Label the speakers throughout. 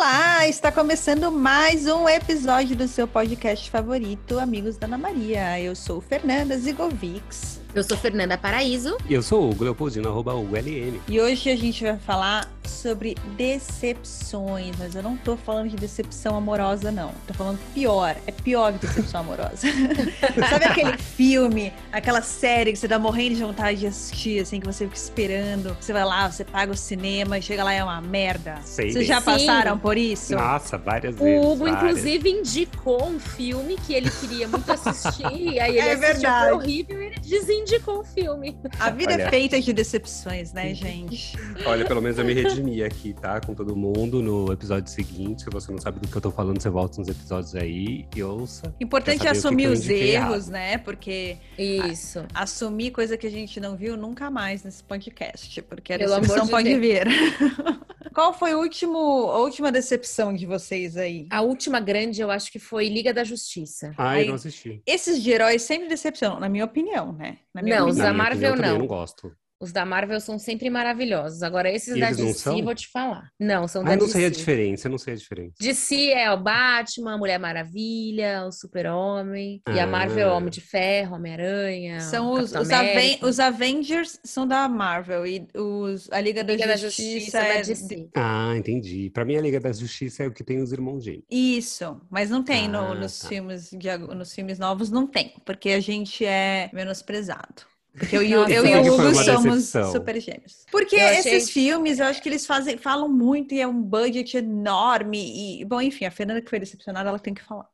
Speaker 1: Ah, está começando mais um episódio do seu podcast favorito, Amigos da Ana Maria. Eu sou Fernanda Zigovics.
Speaker 2: Eu sou Fernanda Paraíso.
Speaker 3: E eu sou o Hugo Leopoldino, arroba ULM.
Speaker 1: E hoje a gente vai falar sobre decepções, mas eu não tô falando de decepção amorosa, não. Tô falando pior. É pior que decepção amorosa. Sabe aquele filme, aquela série que você tá morrendo de vontade de assistir, assim, que você fica esperando? Você vai lá, você paga o cinema e chega lá e é uma merda.
Speaker 3: Sei
Speaker 1: Vocês já
Speaker 2: Sim.
Speaker 1: passaram por isso?
Speaker 3: Nossa, várias vezes.
Speaker 2: O Hugo,
Speaker 3: várias.
Speaker 2: inclusive, indicou um filme que ele queria muito assistir. e aí ele
Speaker 1: É
Speaker 2: assistiu,
Speaker 1: verdade.
Speaker 2: foi horrível e ele desindicou o filme.
Speaker 1: A vida é
Speaker 3: Olha.
Speaker 1: feita de decepções, né, gente?
Speaker 3: Olha, pelo menos eu me redimi aqui, tá? Com todo mundo no episódio seguinte. Se você não sabe do que eu tô falando, você volta nos episódios aí e ouça.
Speaker 1: Importante é
Speaker 3: Quer saber o que
Speaker 1: assumir
Speaker 3: que eu
Speaker 1: os
Speaker 3: indiquei
Speaker 1: erros, né? Porque
Speaker 2: Isso.
Speaker 1: assumir coisa que a gente não viu nunca mais nesse podcast, porque a
Speaker 2: Pelo amor
Speaker 1: decepção
Speaker 2: de
Speaker 1: pode
Speaker 2: Deus.
Speaker 1: vir. Qual foi o último, a última decepção de vocês aí?
Speaker 2: A última grande, eu acho que foi Liga da Justiça.
Speaker 3: Ah,
Speaker 1: Aí-
Speaker 3: eu não assisti.
Speaker 1: Esses de heróis sempre decepcionam, na minha opinião, né? Na minha
Speaker 2: Não,
Speaker 3: Na
Speaker 2: os
Speaker 1: opinião.
Speaker 2: da
Speaker 3: minha
Speaker 2: Marvel,
Speaker 3: opinião, eu também
Speaker 2: não.
Speaker 3: não gosto.
Speaker 2: Os da Marvel são sempre maravilhosos. Agora, esses
Speaker 3: E
Speaker 2: da
Speaker 3: eles não
Speaker 2: DC,
Speaker 3: são?
Speaker 2: vou te falar. Não, são
Speaker 3: Ah,
Speaker 2: da
Speaker 3: eu não
Speaker 2: DC.
Speaker 3: sei a diferença, eu não sei a diferença.
Speaker 2: DC é o Batman, a Mulher Maravilha, o Super-Homem. E a
Speaker 3: Ah.
Speaker 2: Marvel é o Homem de Ferro, Homem-Aranha.
Speaker 1: São os,
Speaker 2: Capitão
Speaker 1: os, Aven-
Speaker 2: América.
Speaker 1: os Avengers são da Marvel e os, a Liga da
Speaker 2: Liga da
Speaker 1: Justiça,
Speaker 2: Justiça da
Speaker 1: é
Speaker 2: DC.
Speaker 3: Ah, entendi. Pra mim, a Liga da Justiça é o que tem os irmãos gêmeos.
Speaker 1: Isso, mas não tem no-
Speaker 3: Ah,
Speaker 1: nos,
Speaker 3: tá.
Speaker 1: filmes de ag- nos filmes novos, não tem, porque a gente é menosprezado. Porque eu, e o-
Speaker 2: Nossa,
Speaker 1: eu e o
Speaker 2: isso foi
Speaker 1: Hugo
Speaker 2: uma
Speaker 1: somos
Speaker 3: decepção.
Speaker 1: super gêmeos. Porque
Speaker 2: Eu achei-
Speaker 1: esses filmes, eu acho que eles fazem, falam muito e é um budget enorme. E, bom, enfim, a Fernanda que foi decepcionada, ela tem que falar.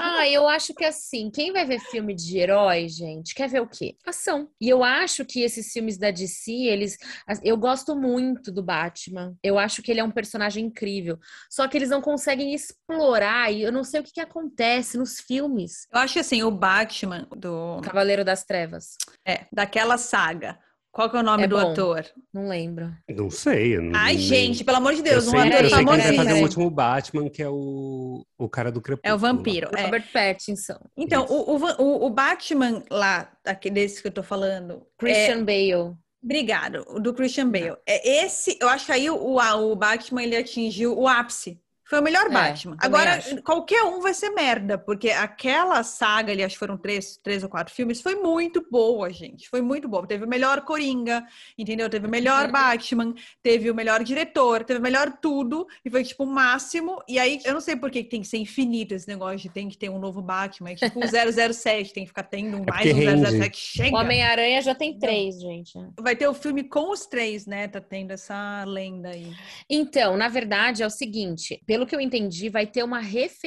Speaker 2: Ah, eu acho que assim, quem vai ver filme de herói, gente, quer ver o quê? Ação. E eu acho que esses filmes da DC, eles. as- Eu gosto muito do Batman. Eu acho que ele é um personagem incrível. Só que eles não conseguem explorar, e eu não sei o que, que acontece nos filmes.
Speaker 1: Eu acho que, assim, o Batman do,
Speaker 2: Cavaleiro das Trevas.
Speaker 1: é, daquela saga. Qual que é o nome
Speaker 2: É
Speaker 1: do
Speaker 2: bom.
Speaker 1: ator?
Speaker 2: Não lembro.
Speaker 3: Não sei. Eu não,
Speaker 1: Ai,
Speaker 3: Hum, nem-
Speaker 1: gente, pelo amor de
Speaker 3: Eu
Speaker 1: Deus,
Speaker 3: sei,
Speaker 1: um
Speaker 3: eu
Speaker 1: ator
Speaker 3: sei que ele vai
Speaker 2: famosíssimo.
Speaker 3: fazer o
Speaker 1: famosíssimo.
Speaker 3: último Batman, que é o, o cara do Crepúsculo.
Speaker 1: É o vampiro. é.
Speaker 2: Robert Pattinson.
Speaker 1: Então,
Speaker 3: Isso.
Speaker 1: o, o Van- o, o Batman lá, aquele desse que eu tô falando, é,
Speaker 2: Christian Bale.
Speaker 1: obrigado, o do Christian Bale. É esse, eu acho que aí o, a- o Batman ele atingiu o ápice. Foi o melhor
Speaker 2: É,
Speaker 1: Batman.
Speaker 2: também
Speaker 1: Agora,
Speaker 2: acho.
Speaker 1: qualquer um vai ser merda, porque aquela saga ali, acho que foram três, três ou quatro filmes, foi muito boa, gente. Foi muito boa. Teve o melhor Coringa, entendeu? Teve o melhor
Speaker 2: Uhum.
Speaker 1: Batman, teve o melhor diretor, teve o melhor tudo, e foi tipo o máximo. E aí, eu não sei por que que tem que ser infinito esse negócio de tem que ter um novo Batman, é tipo um 007, tem que ficar tendo
Speaker 2: É
Speaker 3: porque
Speaker 1: mais um
Speaker 3: rende.
Speaker 1: 007. Chega!
Speaker 2: Homem-Aranha já tem
Speaker 1: Não.
Speaker 2: três, gente.
Speaker 1: Vai ter o filme com os três, né? Tá tendo essa lenda aí.
Speaker 2: Então, na verdade, é o seguinte: pelo que eu entendi, vai ter uma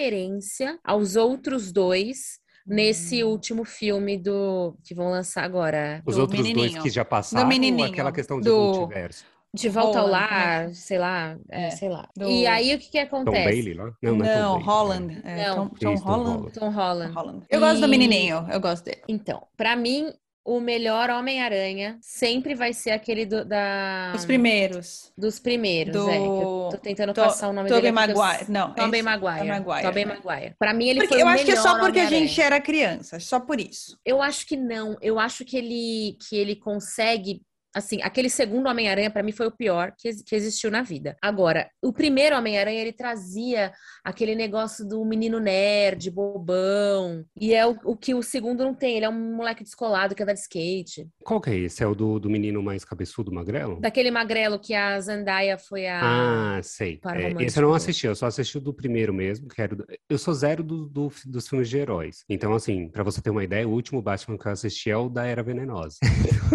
Speaker 2: referência aos outros dois
Speaker 1: Hum.
Speaker 2: nesse último filme do que vão lançar agora.
Speaker 3: Os
Speaker 1: Do
Speaker 3: outros dois
Speaker 1: menininho.
Speaker 3: que já passaram,
Speaker 1: menininho.
Speaker 3: aquela questão de
Speaker 1: Do-
Speaker 3: multiverso.
Speaker 2: De volta ao
Speaker 1: Roland,
Speaker 2: lar, sei lá, é,
Speaker 1: É,
Speaker 2: sei lá.
Speaker 1: do-
Speaker 2: E aí o que, que
Speaker 3: Tom
Speaker 2: acontece?
Speaker 3: Bailey lá? Não, não, é Tom Bailey,
Speaker 1: Holland. É,
Speaker 2: Não.
Speaker 1: Tom, Tom
Speaker 3: Isso, Tom
Speaker 1: Holland.
Speaker 3: Holland.
Speaker 2: Tom Holland.
Speaker 1: Holland. Eu gosto do
Speaker 2: E-
Speaker 1: menininho, eu gosto dele.
Speaker 2: Então, pra mim, o melhor Homem-Aranha sempre vai ser aquele do- da
Speaker 1: Os primeiros.
Speaker 2: dos primeiros,
Speaker 1: Do-
Speaker 2: é. que eu tô tentando
Speaker 1: To-
Speaker 2: passar o nome
Speaker 1: Tobey
Speaker 2: dele. aqui, que eu-
Speaker 1: Maguire. Não,
Speaker 2: Tobey
Speaker 1: esse-
Speaker 2: Maguire.
Speaker 1: Maguire,
Speaker 2: Tobey
Speaker 1: né?
Speaker 2: Maguire. Pra mim, ele
Speaker 1: Porque
Speaker 2: foi
Speaker 1: eu
Speaker 2: o
Speaker 1: acho que é só
Speaker 2: melhor
Speaker 1: porque a
Speaker 2: Homem-Aranha.
Speaker 1: gente era criança, só por isso.
Speaker 2: Eu acho que não. Eu acho que ele que ele consegue assim, aquele segundo Homem-Aranha pra mim foi o pior que, ex- que existiu na vida. Agora, o primeiro Homem-Aranha ele trazia aquele negócio do menino nerd, bobão, e é o, o que o segundo não tem, ele é um moleque descolado que anda de skate,
Speaker 3: Qual que é esse? É o do, do menino mais cabeçudo, magrelo?
Speaker 2: daquele magrelo que a Zendaya foi a
Speaker 3: Ah, sei.
Speaker 2: Para
Speaker 3: É,
Speaker 2: romântico.
Speaker 3: esse eu não assisti, eu só assisti o do primeiro mesmo, que era o do- Eu sou zero do, do- dos filmes de heróis. Então, assim, pra você ter uma ideia, o último Batman que eu assisti é o da Era Venenosa.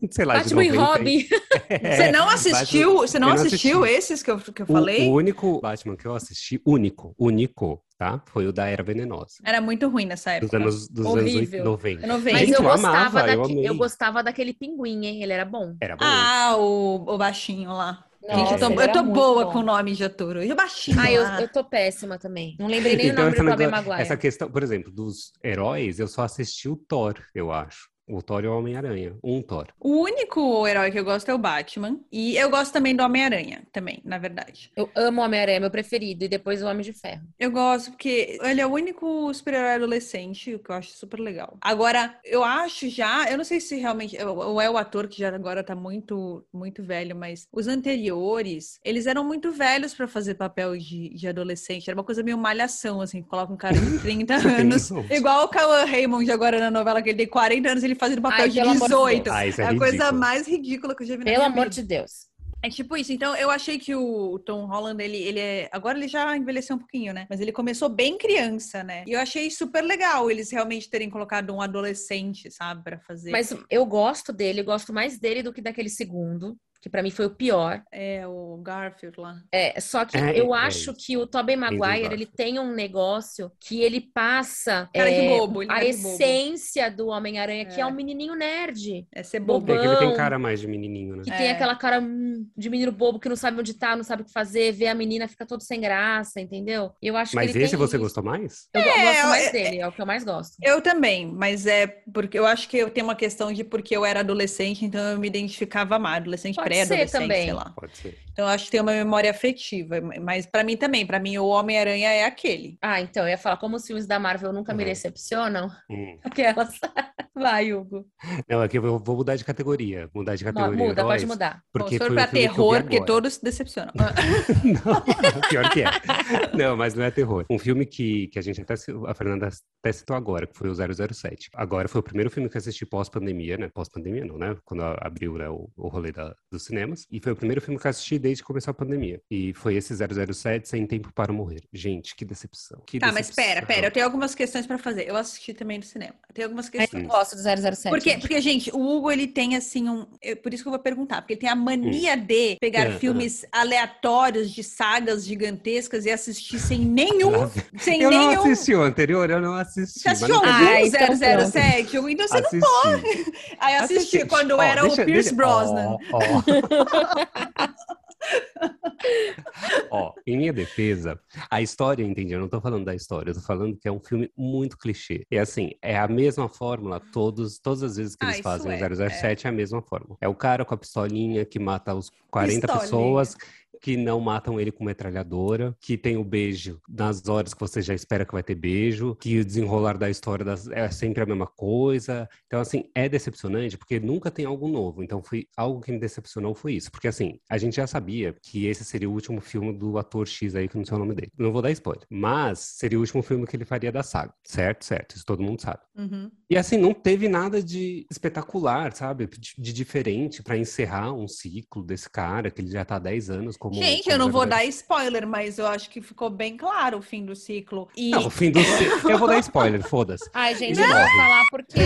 Speaker 3: Então, Sei lá, de
Speaker 2: Batman e
Speaker 3: 90
Speaker 2: Robin.
Speaker 3: É,
Speaker 1: você não assistiu,
Speaker 3: Batman-
Speaker 1: você não
Speaker 3: eu não
Speaker 1: assistiu
Speaker 3: assisti.
Speaker 1: esses que eu, que eu
Speaker 3: O-
Speaker 1: falei?
Speaker 3: O, único Batman que eu assisti, único, único, tá? Foi o da Era Venenosa.
Speaker 1: Era muito ruim nessa
Speaker 3: Dos
Speaker 1: época.
Speaker 3: anos, dos anos
Speaker 2: Horrível.
Speaker 3: 80, 90.
Speaker 1: Eu não vejo.
Speaker 2: Mas
Speaker 3: Gente,
Speaker 2: eu
Speaker 3: eu
Speaker 2: gostava
Speaker 3: amava, eu
Speaker 2: daque-
Speaker 3: amei.
Speaker 2: gostava daquele pinguim, hein? Ele era bom.
Speaker 3: Era bom.
Speaker 1: Ah, o, o baixinho lá. Gente, eu
Speaker 3: Nossa,
Speaker 1: tô,
Speaker 2: ele
Speaker 1: eu
Speaker 2: era
Speaker 1: tô
Speaker 2: muito
Speaker 1: boa
Speaker 2: bom.
Speaker 1: com o nome de ator. E o baixinho
Speaker 2: Ah, eu,
Speaker 1: lá?
Speaker 2: eu tô péssima também. Não lembrei nem o nome
Speaker 3: Então essa,
Speaker 2: do Tobey
Speaker 1: é
Speaker 3: negócio-
Speaker 2: Maguire.
Speaker 3: essa questão, por exemplo, dos heróis, eu só assisti o Thor, eu acho. O Thor é o Homem-Aranha. Um Thor.
Speaker 1: O único herói que eu gosto é o Batman. E eu gosto também do Homem-Aranha, também, na verdade.
Speaker 2: Eu amo o Homem-Aranha, meu preferido, e depois o Homem de Ferro.
Speaker 1: Eu gosto porque ele é o único super-herói adolescente, o que eu acho super legal. Agora, eu acho já, eu não sei se realmente, ou é o ator que já agora tá muito, muito velho, mas os anteriores, eles eram muito velhos pra fazer papel de, de adolescente. Era uma coisa meio malhação, assim, coloca um cara de 30 anos,
Speaker 3: Tem isso.
Speaker 1: igual o Cauan Raymond agora na novela, que ele tem 40 anos, ele fazendo papel
Speaker 2: Ai,
Speaker 1: de
Speaker 2: pelo amor de Deus.
Speaker 1: 18.
Speaker 3: Ah, isso
Speaker 1: É
Speaker 3: é
Speaker 1: a coisa
Speaker 3: ridículo.
Speaker 1: mais ridícula que eu já vi na
Speaker 2: Pelo
Speaker 1: minha
Speaker 2: amor
Speaker 1: vida.
Speaker 2: de Deus.
Speaker 1: É tipo isso. Então, eu achei que o Tom Holland, ele, ele é. Agora ele já envelheceu um pouquinho, né? Mas ele começou bem criança, né? E eu achei super legal eles realmente terem colocado um adolescente, sabe? Pra fazer.
Speaker 2: Mas eu gosto dele, eu gosto mais dele do que daquele segundo, que pra mim foi o pior.
Speaker 1: É, o Garfield lá.
Speaker 2: É, só que
Speaker 3: É,
Speaker 2: eu
Speaker 3: é
Speaker 2: acho que o Tobey Maguire,
Speaker 3: gosto.
Speaker 2: ele tem um negócio que ele passa
Speaker 1: Cara de
Speaker 2: é,
Speaker 1: bobo, ele
Speaker 2: a
Speaker 1: cara de bobo.
Speaker 2: essência do Homem-Aranha, que
Speaker 1: É.
Speaker 2: é um menininho nerd.
Speaker 1: É ser
Speaker 2: Bobo.
Speaker 1: bobo.
Speaker 3: É que ele tem
Speaker 2: Bom.
Speaker 3: cara mais de menininho, né?
Speaker 2: Que
Speaker 1: É.
Speaker 2: tem aquela cara hum, de menino bobo que não sabe onde tá, não sabe o que fazer, vê a menina, fica todo sem graça, entendeu? Eu acho
Speaker 3: Mas
Speaker 2: que ele
Speaker 3: esse
Speaker 2: tem
Speaker 3: você
Speaker 2: isso.
Speaker 3: gostou mais?
Speaker 2: Eu go-
Speaker 1: É,
Speaker 2: gosto mais
Speaker 1: é-
Speaker 2: dele, é o que eu mais gosto.
Speaker 1: Eu também, mas é porque eu acho que eu tenho uma questão de porque eu era adolescente, então eu me identificava mais. Adolescente,
Speaker 2: Pode ser
Speaker 1: pré-adolescente,
Speaker 2: também.
Speaker 1: sei lá.
Speaker 3: Pode ser.
Speaker 1: Então eu acho que tem uma memória afetiva. Mas pra mim também, pra mim o Homem-Aranha é aquele.
Speaker 2: Ah, então, eu ia falar, como os filmes da Marvel nunca me
Speaker 3: Uhum.
Speaker 2: decepcionam,
Speaker 3: Hum.
Speaker 2: aquelas. Vai, Hugo.
Speaker 3: Não, é que eu vou mudar de categoria. Mudar de
Speaker 2: Mo-
Speaker 3: categoria.
Speaker 2: Muda,
Speaker 3: heróis,
Speaker 2: pode mudar.
Speaker 1: Bom,
Speaker 3: Porque
Speaker 1: se for
Speaker 3: foi
Speaker 1: pra
Speaker 3: o filme que eu vi
Speaker 1: terror, porque
Speaker 3: agora.
Speaker 1: todos se decepcionam.
Speaker 3: Não, pior que é. Não, mas não é terror. Um filme que, que a gente até, ci- a Fernanda até citou agora, que foi o 007. Agora foi o primeiro filme que eu assisti pós-pandemia, né? Pós-pandemia não, né? Quando a- abriu né, o, o rolê da- dos cinemas. E foi o primeiro filme que eu assisti desde que começou a pandemia. E foi esse 007, Sem Tempo para Morrer. Gente, que decepção. Que
Speaker 1: Tá, mas
Speaker 3: decepção.
Speaker 1: pera, pera, eu tenho algumas questões pra fazer. Eu assisti também no cinema. Eu tenho algumas
Speaker 2: Eu
Speaker 3: É,
Speaker 1: questões.
Speaker 2: gosto do
Speaker 3: tá,
Speaker 2: 007.
Speaker 1: Porque, porque, gente, o Hugo, ele tem, assim, um... eu- por isso que eu vou perguntar. Porque ele tem a mania de pegar
Speaker 3: É, é.
Speaker 1: filmes aleatórios de sagas gigantescas e assistir sem nenhum... sem
Speaker 3: Eu não
Speaker 1: nenhum...
Speaker 3: assisti o anterior, eu não assisti.
Speaker 1: Você
Speaker 3: mas
Speaker 1: assistiu
Speaker 3: não-
Speaker 1: algum
Speaker 2: Ah, então
Speaker 1: 007? Então você não...
Speaker 3: assisti.
Speaker 1: Aí eu assisti quando eu
Speaker 3: Ó,
Speaker 1: era
Speaker 3: deixa-
Speaker 1: o Pierce
Speaker 3: deixa-
Speaker 1: Brosnan.
Speaker 3: Ó, ó. Ó, em minha defesa, a história, entendi, eu não tô falando da história, eu tô falando que é um filme muito clichê. E assim, é a mesma fórmula, todos, todas as vezes que
Speaker 1: Ah,
Speaker 3: eles
Speaker 1: isso
Speaker 3: fazem
Speaker 1: é,
Speaker 3: o 007 é. a mesma fórmula. É o cara com a pistolinha que mata os 40
Speaker 1: Pistolinha.
Speaker 3: pessoas, que não matam ele com metralhadora, que tem o beijo nas horas que você já espera que vai ter beijo, que o desenrolar da história das- é sempre a mesma coisa. Então, assim, é decepcionante porque nunca tem algo novo. Então, foi algo que me decepcionou foi isso. Porque, assim, a gente já sabia que esse seria o último filme do ator X aí, que eu não sei o nome dele. Não vou dar spoiler. Mas seria o último filme que ele faria da saga. Certo, certo. Isso todo mundo sabe.
Speaker 1: Uhum.
Speaker 3: E assim, não teve nada de espetacular, sabe? De, de diferente pra encerrar um ciclo desse cara, que ele já tá há 10 anos como.
Speaker 1: Gente,
Speaker 3: como
Speaker 1: eu não vou
Speaker 3: 007.
Speaker 1: dar spoiler, mas eu acho que ficou bem claro o fim do ciclo. E...
Speaker 3: Não, o fim do. ci- Eu vou dar spoiler, foda-se.
Speaker 2: Ai, gente,
Speaker 3: Ele
Speaker 2: eu não vou
Speaker 3: morre.
Speaker 2: falar porque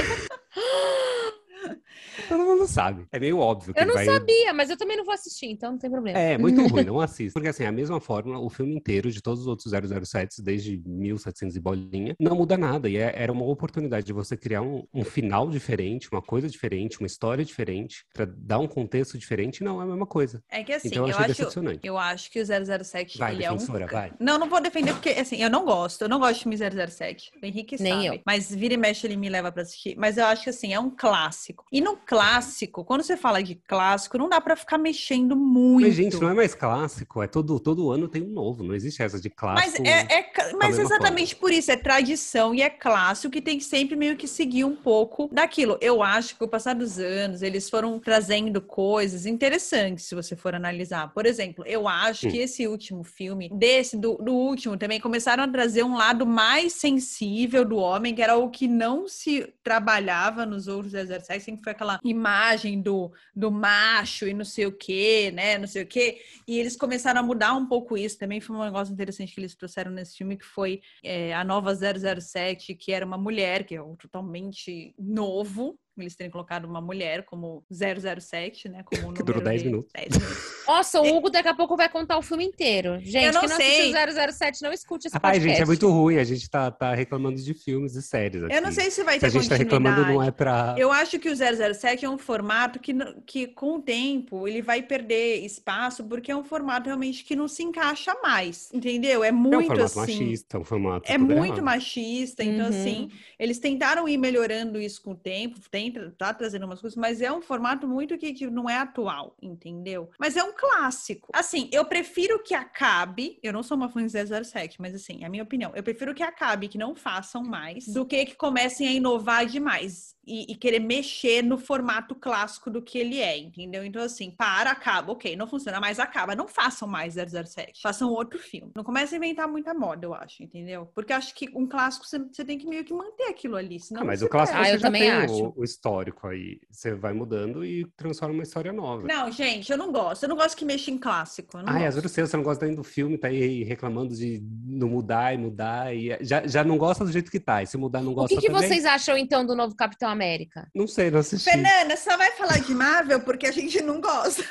Speaker 3: Todo mundo sabe. É meio óbvio que
Speaker 2: eu
Speaker 3: ele
Speaker 2: não
Speaker 3: vai.
Speaker 2: sabia, mas eu também não vou assistir, então não tem problema.
Speaker 3: É, muito ruim, não assista. Porque assim, a mesma fórmula, o filme inteiro de todos os outros 007 desde 1700 e bolinha, não muda nada. E é- era uma oportunidade de você criar um, um final diferente, uma coisa diferente, uma história diferente, pra dar um contexto diferente. Não, é a mesma coisa.
Speaker 1: É que assim,
Speaker 3: Então eu
Speaker 1: eu
Speaker 3: achei
Speaker 1: acho...
Speaker 3: decepcionante.
Speaker 1: Eu acho que o 007,
Speaker 3: Vai,
Speaker 1: ele é um...
Speaker 3: defensora, vai.
Speaker 1: Não, não vou defender, porque, assim, eu não gosto. Eu não gosto de filme 007. O Henrique
Speaker 2: Nem
Speaker 1: sabe.
Speaker 2: eu.
Speaker 1: Mas vira e mexe, ele me leva pra assistir. Mas eu acho que, assim, é um clássico. E no clássico, quando você fala de clássico, não dá pra ficar mexendo muito.
Speaker 3: Mas, gente, não é mais clássico. É todo, todo ano tem um novo. Não existe essa de
Speaker 1: Mas
Speaker 3: clássico. né?
Speaker 1: é, é ca- mas
Speaker 3: mesma
Speaker 1: exatamente por isso, é tradição e é clássico que tem que sempre meio que seguir um pouco daquilo. Eu acho que com o passar dos anos, eles foram trazendo coisas interessantes, se você for analisar. Por exemplo, eu acho
Speaker 3: Hum.
Speaker 1: que esse último filme, desse, do, do último também, começaram a trazer um lado mais sensível do homem, que era o que não se trabalhava nos outros 17, sempre foi aquela imagem do, do macho e não sei o quê, né, não sei o quê. E eles começaram a mudar um pouco isso. Também foi um negócio interessante que eles trouxeram nesse filme, que foi é, a nova 007, que era uma mulher, que é algo totalmente novo. Eles terem colocado uma mulher como 007, né? Como o
Speaker 3: Que durou
Speaker 1: número
Speaker 3: 10
Speaker 1: de-
Speaker 3: minutos.
Speaker 1: 10 minutos.
Speaker 2: Nossa, o Hugo daqui a pouco vai contar o filme inteiro. Gente,
Speaker 4: Eu não
Speaker 2: quem não
Speaker 4: sei.
Speaker 2: assistiu 007, não escute esse
Speaker 3: Ai,
Speaker 2: podcast.
Speaker 3: gente, é muito ruim. A gente tá, tá reclamando de filmes e séries aqui.
Speaker 1: Eu não sei se vai
Speaker 3: se
Speaker 1: ter
Speaker 3: a gente tá
Speaker 1: continuidade.
Speaker 3: reclamando não é pra...
Speaker 1: Eu acho que o 007 é um formato que, n- que, com o tempo, ele vai perder espaço, porque é um formato realmente que não se encaixa mais, entendeu? É
Speaker 3: É um
Speaker 1: muito
Speaker 3: formato
Speaker 1: assim.
Speaker 3: machista, um formato...
Speaker 1: É
Speaker 3: todo
Speaker 1: muito
Speaker 3: errado.
Speaker 1: machista, então
Speaker 2: Uhum.
Speaker 1: assim, eles tentaram ir melhorando isso com o tempo, tenta, tá trazendo umas coisas, mas é um formato muito que tipo, não é atual, entendeu? Mas é um clássico. Assim, eu prefiro que acabe, eu não sou uma fã de 007, mas assim, é a minha opinião, eu prefiro que acabe, que não façam mais, do que que comecem a inovar demais. E, e querer mexer no formato clássico do que ele é, entendeu? Então, assim, para, acaba, ok, não funciona mais, acaba. Não façam mais 007, façam outro filme. Não comece a inventar muita moda, eu acho, entendeu? Porque eu acho que um clássico você, você tem que meio que manter aquilo ali, senão
Speaker 3: Ah, mas
Speaker 1: você
Speaker 3: o clássico
Speaker 2: Ah,
Speaker 1: perde.
Speaker 3: você
Speaker 2: eu
Speaker 3: já
Speaker 2: também
Speaker 3: tem
Speaker 2: acho.
Speaker 3: o, o histórico aí. Você vai mudando e transforma uma história nova.
Speaker 1: Não, gente, eu não gosto. Eu não gosto que mexa em clássico. eu não
Speaker 3: Ai, às
Speaker 1: gosto.
Speaker 3: vezes você não gosta nem do filme, tá aí reclamando de não mudar e mudar. E já, já não gosta do jeito que tá. E se mudar, não
Speaker 2: O
Speaker 3: gosta
Speaker 2: que, que
Speaker 3: também.
Speaker 2: vocês acham, então, do novo Capitão América?
Speaker 3: Não sei, não assisti.
Speaker 1: Fernanda, só vai falar de Marvel porque a gente não gosta.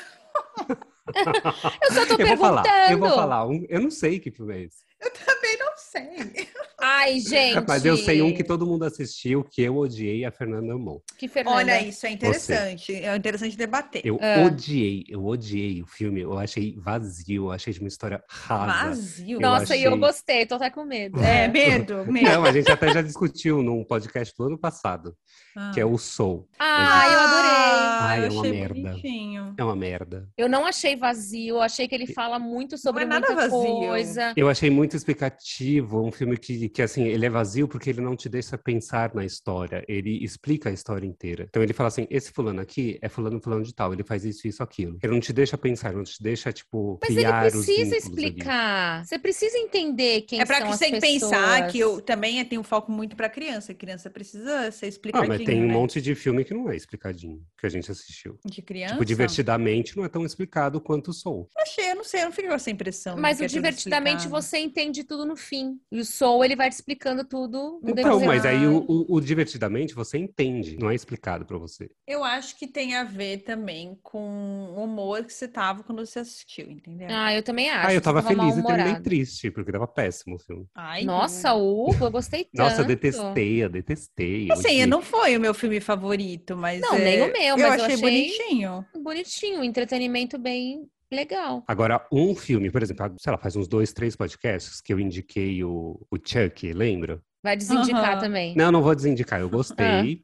Speaker 2: Eu só tô
Speaker 3: eu vou
Speaker 2: perguntando.
Speaker 3: falar, eu vou falar. um- eu não sei que filme é esse.
Speaker 1: Também não sei.
Speaker 2: Ai, gente.
Speaker 3: Mas eu sei um que todo mundo assistiu, que eu odiei e a Fernanda amou.
Speaker 2: Que Fernanda.
Speaker 1: Olha, isso é interessante. É interessante debater.
Speaker 3: Eu
Speaker 2: Ah.
Speaker 3: odiei, eu odiei o filme. Eu achei vazio, eu achei de uma história rasa.
Speaker 1: Vazio.
Speaker 3: eu
Speaker 2: Nossa, e eu
Speaker 3: achei.
Speaker 2: gostei, tô até com medo.
Speaker 1: É, medo, medo.
Speaker 3: Não, a gente até já discutiu num podcast do ano passado, que é o Soul.
Speaker 2: Ah, eu adorei.
Speaker 1: Ah,
Speaker 3: Ai,
Speaker 1: eu
Speaker 3: é uma
Speaker 1: achei
Speaker 3: merda.
Speaker 1: bonitinho.
Speaker 3: É uma merda.
Speaker 2: Eu não achei vazio, eu achei que ele fala muito sobre
Speaker 1: é nada
Speaker 2: muita
Speaker 1: vazio.
Speaker 2: coisa.
Speaker 3: Eu achei muito explicativo, um filme que, que, assim, ele é vazio porque ele não te deixa pensar na história, ele explica a história inteira. Então ele fala assim, esse fulano aqui é fulano fulano de tal, ele faz isso, isso, aquilo. Ele não te deixa pensar, não te deixa, tipo,
Speaker 2: Mas ele
Speaker 3: criar os
Speaker 2: precisa
Speaker 3: vínculos ali.
Speaker 2: explicar. Você precisa entender quem
Speaker 1: É pra
Speaker 2: são
Speaker 1: que
Speaker 2: as
Speaker 1: você tem que pensar
Speaker 2: pessoas.
Speaker 1: que eu também é- tem um foco muito pra criança. Criança precisa ser
Speaker 3: Ah,
Speaker 1: explicadinho,
Speaker 3: mas tem um
Speaker 1: né?
Speaker 3: monte de filme que não é explicadinho, que a gente assistiu.
Speaker 1: de criança.
Speaker 3: Tipo, Divertidamente não é tão explicado quanto o Soul.
Speaker 1: Eu achei, eu não sei, eu não fiquei com essa impressão. de
Speaker 2: Mas o
Speaker 1: que é tudo
Speaker 2: divertidamente
Speaker 1: explicado.
Speaker 2: você entende tudo no fim. E o Soul, ele vai te explicando tudo no
Speaker 3: Então,
Speaker 2: decorrer.
Speaker 3: mas aí o, o- o Divertidamente você entende, não é explicado pra você.
Speaker 1: Eu acho que tem a ver também com o humor que você tava quando você assistiu, entendeu?
Speaker 2: Ah, eu também acho.
Speaker 3: ah, eu
Speaker 2: você
Speaker 3: tava feliz e terminei
Speaker 2: mal-humorado.
Speaker 3: triste, porque tava péssimo o filme.
Speaker 1: Ai,
Speaker 2: Nossa, Hugo, eu gostei tanto.
Speaker 3: Nossa, eu detestei, eu detestei. eu
Speaker 1: Assim,
Speaker 3: odiei.
Speaker 1: não foi o meu filme favorito, mas.
Speaker 2: Não,
Speaker 1: é,
Speaker 2: nem o meu,
Speaker 1: eu
Speaker 2: mas eu
Speaker 1: achei
Speaker 2: achei-
Speaker 1: bonitinho.
Speaker 2: Bonitinho, um entretenimento bem legal.
Speaker 3: Agora, um filme, por exemplo, sei lá, faz uns dois, três podcasts que eu indiquei o, o Chuck, lembra?
Speaker 2: Vai desindicar
Speaker 1: Aham.
Speaker 2: também.
Speaker 3: Não, não vou desindicar, eu gostei.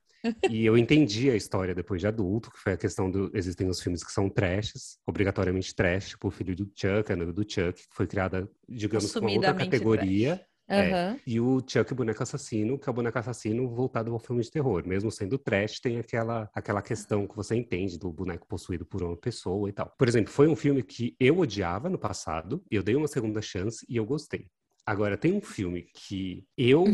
Speaker 3: E eu entendi a história depois de adulto, que foi a questão do. Existem os filmes que são trashes, obrigatoriamente trash, tipo o filho do Chuck, a noiva do Chuck, que foi criada, digamos, com uma outra
Speaker 1: Assumidamente
Speaker 3: categoria. É.
Speaker 2: Aham.
Speaker 3: E o Chuck, o boneco assassino, que é o boneco assassino voltado ao filme de terror. Mesmo sendo trash, tem aquela, aquela questão que você entende do boneco possuído por uma pessoa e tal. Por exemplo, foi um filme que eu odiava no passado, eu dei uma segunda chance e eu gostei. Agora, tem um filme que eu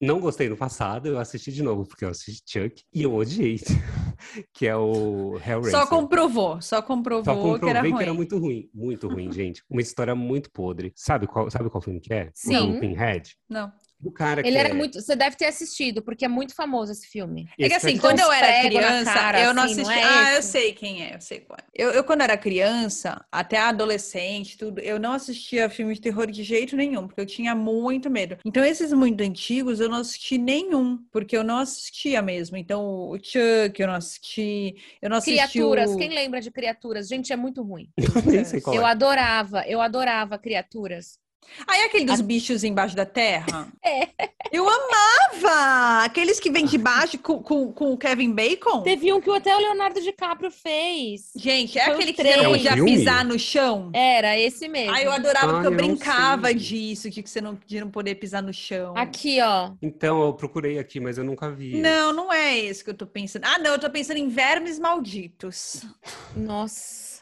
Speaker 3: não gostei no passado, eu assisti de novo, porque eu assisti Chuck, e eu odiei, que é o Hellraiser.
Speaker 1: Só comprovou, só comprovou,
Speaker 3: Só
Speaker 1: que era
Speaker 3: comprovei
Speaker 1: ruim.
Speaker 3: que era muito ruim, muito ruim, gente. Uma história muito podre. Sabe qual, sabe qual filme que é? O
Speaker 2: Sim.
Speaker 3: do Pinhead?
Speaker 1: Não.
Speaker 3: O cara que
Speaker 2: Ele era
Speaker 3: é-
Speaker 2: muito. Você deve ter assistido, porque é muito famoso esse filme.
Speaker 1: É que
Speaker 3: Esse
Speaker 1: assim,
Speaker 3: aqui-
Speaker 1: quando eu era
Speaker 2: prego na
Speaker 1: criança,
Speaker 2: cara,
Speaker 1: eu não
Speaker 2: assim, não
Speaker 1: assistia.
Speaker 2: é
Speaker 1: ah, eu
Speaker 2: esse?
Speaker 1: sei quem é, eu sei qual é. Eu, eu, quando era criança, até adolescente, tudo, eu não assistia filme de terror de jeito nenhum, porque eu tinha muito medo. Então, esses muito antigos, eu não assisti nenhum, porque eu não assistia mesmo. Então, o Chuck, eu não assisti. Eu não assisti.
Speaker 2: Criaturas,
Speaker 1: o...
Speaker 2: quem é? lembra de criaturas? Gente, é muito ruim.
Speaker 3: Eu nem sei qual
Speaker 2: Eu
Speaker 3: é.
Speaker 2: adorava, eu adorava criaturas.
Speaker 1: Aí, aquele dos bichos embaixo da terra?
Speaker 2: É.
Speaker 1: Eu amava! Aqueles que vêm de baixo com, com, com o Kevin Bacon?
Speaker 2: Teve um que até o Leonardo DiCaprio fez.
Speaker 1: Gente, é
Speaker 2: Foi o
Speaker 1: aquele que
Speaker 2: três.
Speaker 1: você não
Speaker 2: É um
Speaker 1: podia
Speaker 3: filme?
Speaker 1: pisar no chão?
Speaker 2: Era esse mesmo.
Speaker 1: Ai, eu adorava porque eu
Speaker 3: Ah, eu não
Speaker 1: brincava
Speaker 3: sei.
Speaker 1: disso, de que você não, de não poder pisar no chão.
Speaker 2: Aqui, ó.
Speaker 3: Então, eu procurei aqui, mas eu nunca vi.
Speaker 1: Não, não é esse que eu tô pensando. Ah, não, eu tô pensando em vermes malditos.
Speaker 2: Nossa.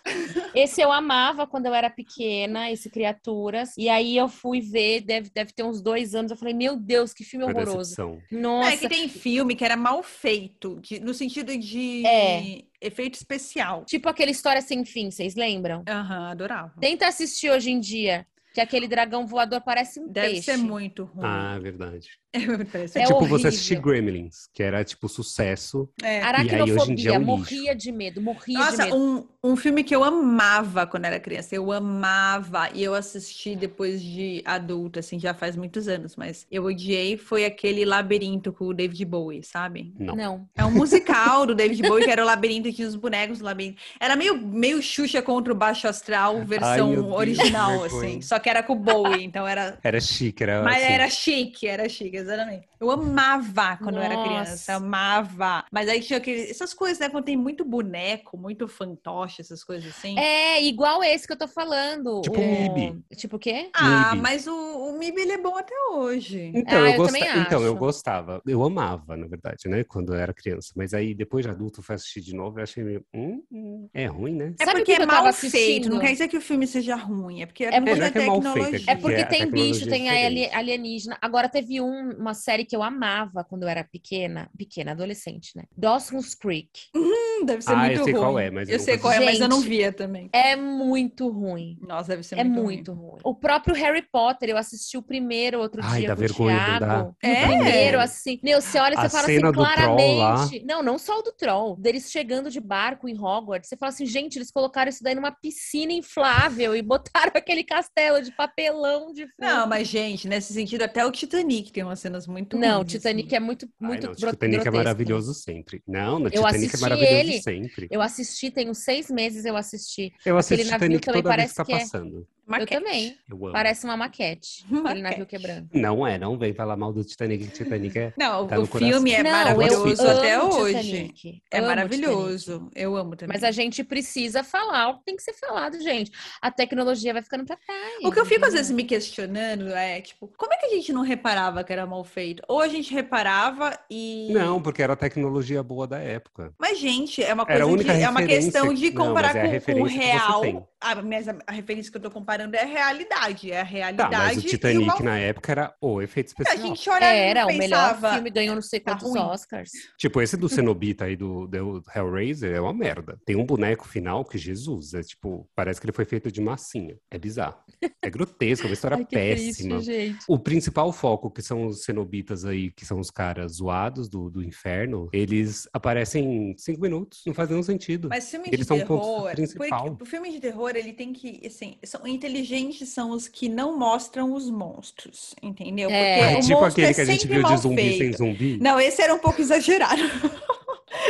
Speaker 2: Esse eu amava quando eu era pequena, esse Criaturas. E aí eu fui ver, deve, deve ter uns dois anos. Eu falei, meu Deus, que filme
Speaker 3: Foi
Speaker 2: é horroroso.
Speaker 3: decepção.
Speaker 1: Não,
Speaker 2: Nossa.
Speaker 1: é que tem filme que era mal feito, de- no sentido de
Speaker 2: É.
Speaker 1: efeito especial.
Speaker 2: Tipo aquele História Sem Fim, vocês lembram?
Speaker 1: Aham, adorava.
Speaker 2: Tenta assistir hoje em dia, que aquele dragão voador parece um
Speaker 1: Deve
Speaker 2: peixe.
Speaker 1: ser muito ruim.
Speaker 3: Ah, verdade.
Speaker 1: É,
Speaker 3: É tipo você assistir Gremlins, que era tipo sucesso.
Speaker 1: É.
Speaker 3: E aí, hoje em dia,
Speaker 2: Aracnofobia,
Speaker 3: é um lixo.
Speaker 2: morria de medo, morria de
Speaker 1: Nossa,
Speaker 2: medo.
Speaker 1: um, um filme que eu amava quando era criança, eu amava e eu assisti depois de adulta, assim, já faz muitos anos, mas eu odiei foi aquele labirinto com o David Bowie, sabe?
Speaker 3: Não.
Speaker 2: Não.
Speaker 1: É um musical do David Bowie que era o labirinto e tinha os bonecos do labirinto. Era meio, meio Xuxa contra o Baixo Astral, versão
Speaker 3: meu Deus, que
Speaker 1: original,
Speaker 3: vergonha.
Speaker 1: assim. Só que era com o Bowie, então era.
Speaker 3: Era chique, era
Speaker 1: Mas
Speaker 3: assim.
Speaker 1: era chique, era chique, exatamente. Eu amava quando eu era
Speaker 2: Nossa.
Speaker 1: criança, amava. Mas aí tinha aquele, essas coisas, né? Quando tem muito boneco, muito fantoche, essas coisas assim.
Speaker 2: É, igual esse que eu tô falando.
Speaker 3: Tipo
Speaker 2: o-
Speaker 3: Mib.
Speaker 2: Tipo o quê?
Speaker 1: Ah,
Speaker 3: Mib.
Speaker 1: mas o, o Mib ele é bom até hoje.
Speaker 3: Então,
Speaker 2: Ah,
Speaker 3: eu
Speaker 2: eu
Speaker 3: gosta-
Speaker 2: também
Speaker 3: então, eu
Speaker 2: acho.
Speaker 3: gostava. Eu amava, na verdade, né? Quando eu era criança. Mas aí, depois de adulto, eu fui assistir de novo e achei meio. "Hum, hum, é ruim, né?
Speaker 1: É
Speaker 2: Sabe
Speaker 1: porque
Speaker 2: o que
Speaker 1: é
Speaker 2: eu tava
Speaker 1: mal feito,
Speaker 2: assistindo?
Speaker 1: não quer dizer que o filme seja ruim, é porque é,
Speaker 2: É
Speaker 1: por causa
Speaker 3: porque-
Speaker 1: da
Speaker 3: é mal feito, é
Speaker 1: tecnologia.
Speaker 3: que
Speaker 2: É
Speaker 3: é
Speaker 2: porque
Speaker 3: a
Speaker 2: tem
Speaker 3: tecnologia
Speaker 2: bicho,
Speaker 3: é
Speaker 2: tem a ali-
Speaker 3: diferente.
Speaker 2: alienígena. Agora teve um- uma série que eu amava quando eu era pequena, pequena, adolescente, né? Dawson's Creek.
Speaker 1: Hum, Deve ser
Speaker 3: Ah, eu
Speaker 1: muito
Speaker 3: sei
Speaker 1: ruim.
Speaker 3: qual é, mas eu
Speaker 1: eu sei
Speaker 3: nunca
Speaker 1: qual é, mas eu não
Speaker 2: Gente.
Speaker 1: via também.
Speaker 2: É muito ruim.
Speaker 1: Nossa, deve ser
Speaker 2: é
Speaker 1: muito, ruim.
Speaker 2: muito ruim. O próprio Harry Potter, eu assisti o primeiro outro
Speaker 3: Ai,
Speaker 2: dia
Speaker 3: dá
Speaker 2: com
Speaker 3: vergonha,
Speaker 2: o
Speaker 3: não dá?
Speaker 2: Thiago.
Speaker 1: É?
Speaker 2: O primeiro, assim. Meu, você olha e
Speaker 3: A
Speaker 2: você fala
Speaker 3: cena
Speaker 2: assim
Speaker 3: do troll
Speaker 2: claramente. Não, não só o do Troll. Deles chegando de barco em Hogwarts. Você fala assim, gente, eles colocaram isso daí numa piscina inflável e botaram aquele castelo de papelão de fundo.
Speaker 1: Não, mas gente, nesse sentido, até o Titanic tem umas cenas muito
Speaker 2: Não,
Speaker 1: ruins, assim.
Speaker 2: Titanic é muito,
Speaker 3: Ai,
Speaker 2: muito
Speaker 3: não, o
Speaker 2: gro-
Speaker 3: Titanic é
Speaker 2: grotesco.
Speaker 3: maravilhoso sempre. Não, no
Speaker 2: Eu
Speaker 3: Titanic é
Speaker 2: assisti
Speaker 3: maravilhoso
Speaker 2: ele.
Speaker 3: sempre.
Speaker 2: Eu assisti, tem uns seis meses eu assisti.
Speaker 3: Eu assisto
Speaker 2: navio
Speaker 3: Titanic
Speaker 2: também
Speaker 3: toda vez
Speaker 2: parece
Speaker 3: que tá
Speaker 2: que é-
Speaker 3: passando.
Speaker 1: assim. Maquete.
Speaker 2: Eu também.
Speaker 3: Eu amo.
Speaker 2: Parece uma maquete.
Speaker 1: Maquete.
Speaker 2: Aquele navio quebrando.
Speaker 3: Não é, não vem falar mal do Titanic, que Titanic é.
Speaker 1: Não,
Speaker 3: Tá
Speaker 1: o
Speaker 3: no coração.
Speaker 1: filme é
Speaker 2: Não,
Speaker 1: maravilhoso
Speaker 2: eu amo
Speaker 1: até hoje.
Speaker 2: Titanic.
Speaker 1: É
Speaker 2: Amo Titanic.
Speaker 1: maravilhoso. Eu amo também.
Speaker 2: Mas a gente precisa falar o que tem que ser falado, gente. A tecnologia vai ficando pra trás.
Speaker 1: O que eu fico às
Speaker 2: entendeu?
Speaker 1: vezes me questionando é, tipo, como é que a gente não reparava que era mal feito? Ou a gente reparava e.
Speaker 3: Não, porque era a tecnologia boa da época.
Speaker 1: Mas, gente, é uma
Speaker 3: Era a
Speaker 1: coisa de,
Speaker 3: única
Speaker 1: é uma
Speaker 3: referência
Speaker 1: questão de
Speaker 3: que- não,
Speaker 1: comparar
Speaker 3: mas é a
Speaker 1: com- com, o
Speaker 3: referência que você
Speaker 1: real.
Speaker 3: tem.
Speaker 1: Ah, mas a, a referência que eu tô comparando é a realidade. É a
Speaker 3: Tá,
Speaker 1: realidade.
Speaker 3: mas
Speaker 1: e
Speaker 3: o
Speaker 1: o
Speaker 3: Titanic né?
Speaker 1: mal...
Speaker 3: na época era o efeito
Speaker 1: A
Speaker 3: especial.
Speaker 1: gente olhava e
Speaker 2: Era, o melhor
Speaker 1: pensava,
Speaker 2: filme ganhou não sei
Speaker 1: tá
Speaker 2: quantos
Speaker 1: ruim.
Speaker 2: Oscars.
Speaker 3: Tipo, esse do Cenobita aí do, do Hellraiser é uma merda. Tem um boneco final que, Jesus, é tipo, parece que ele foi feito de massinha. É bizarro. É grotesco, é uma história péssima.
Speaker 2: gente.
Speaker 3: O principal foco, que são os cenobitas aí, que são os caras zoados do, do inferno, eles aparecem em cinco minutos, não faz nenhum sentido.
Speaker 1: Mas filme
Speaker 3: Eles
Speaker 1: de
Speaker 3: são o ponto
Speaker 1: terror,
Speaker 3: principal.
Speaker 1: porque o filme de terror ele tem que, assim, são inteligentes são os que não mostram os monstros, entendeu?
Speaker 2: É.
Speaker 1: Porque
Speaker 3: é
Speaker 1: o
Speaker 3: tipo
Speaker 1: monstro
Speaker 3: aquele
Speaker 1: é
Speaker 3: que a gente
Speaker 1: sempre
Speaker 3: viu de
Speaker 1: mal
Speaker 3: zumbi
Speaker 1: feito.
Speaker 3: sem zumbi.
Speaker 1: Não, esse era um pouco exagerado.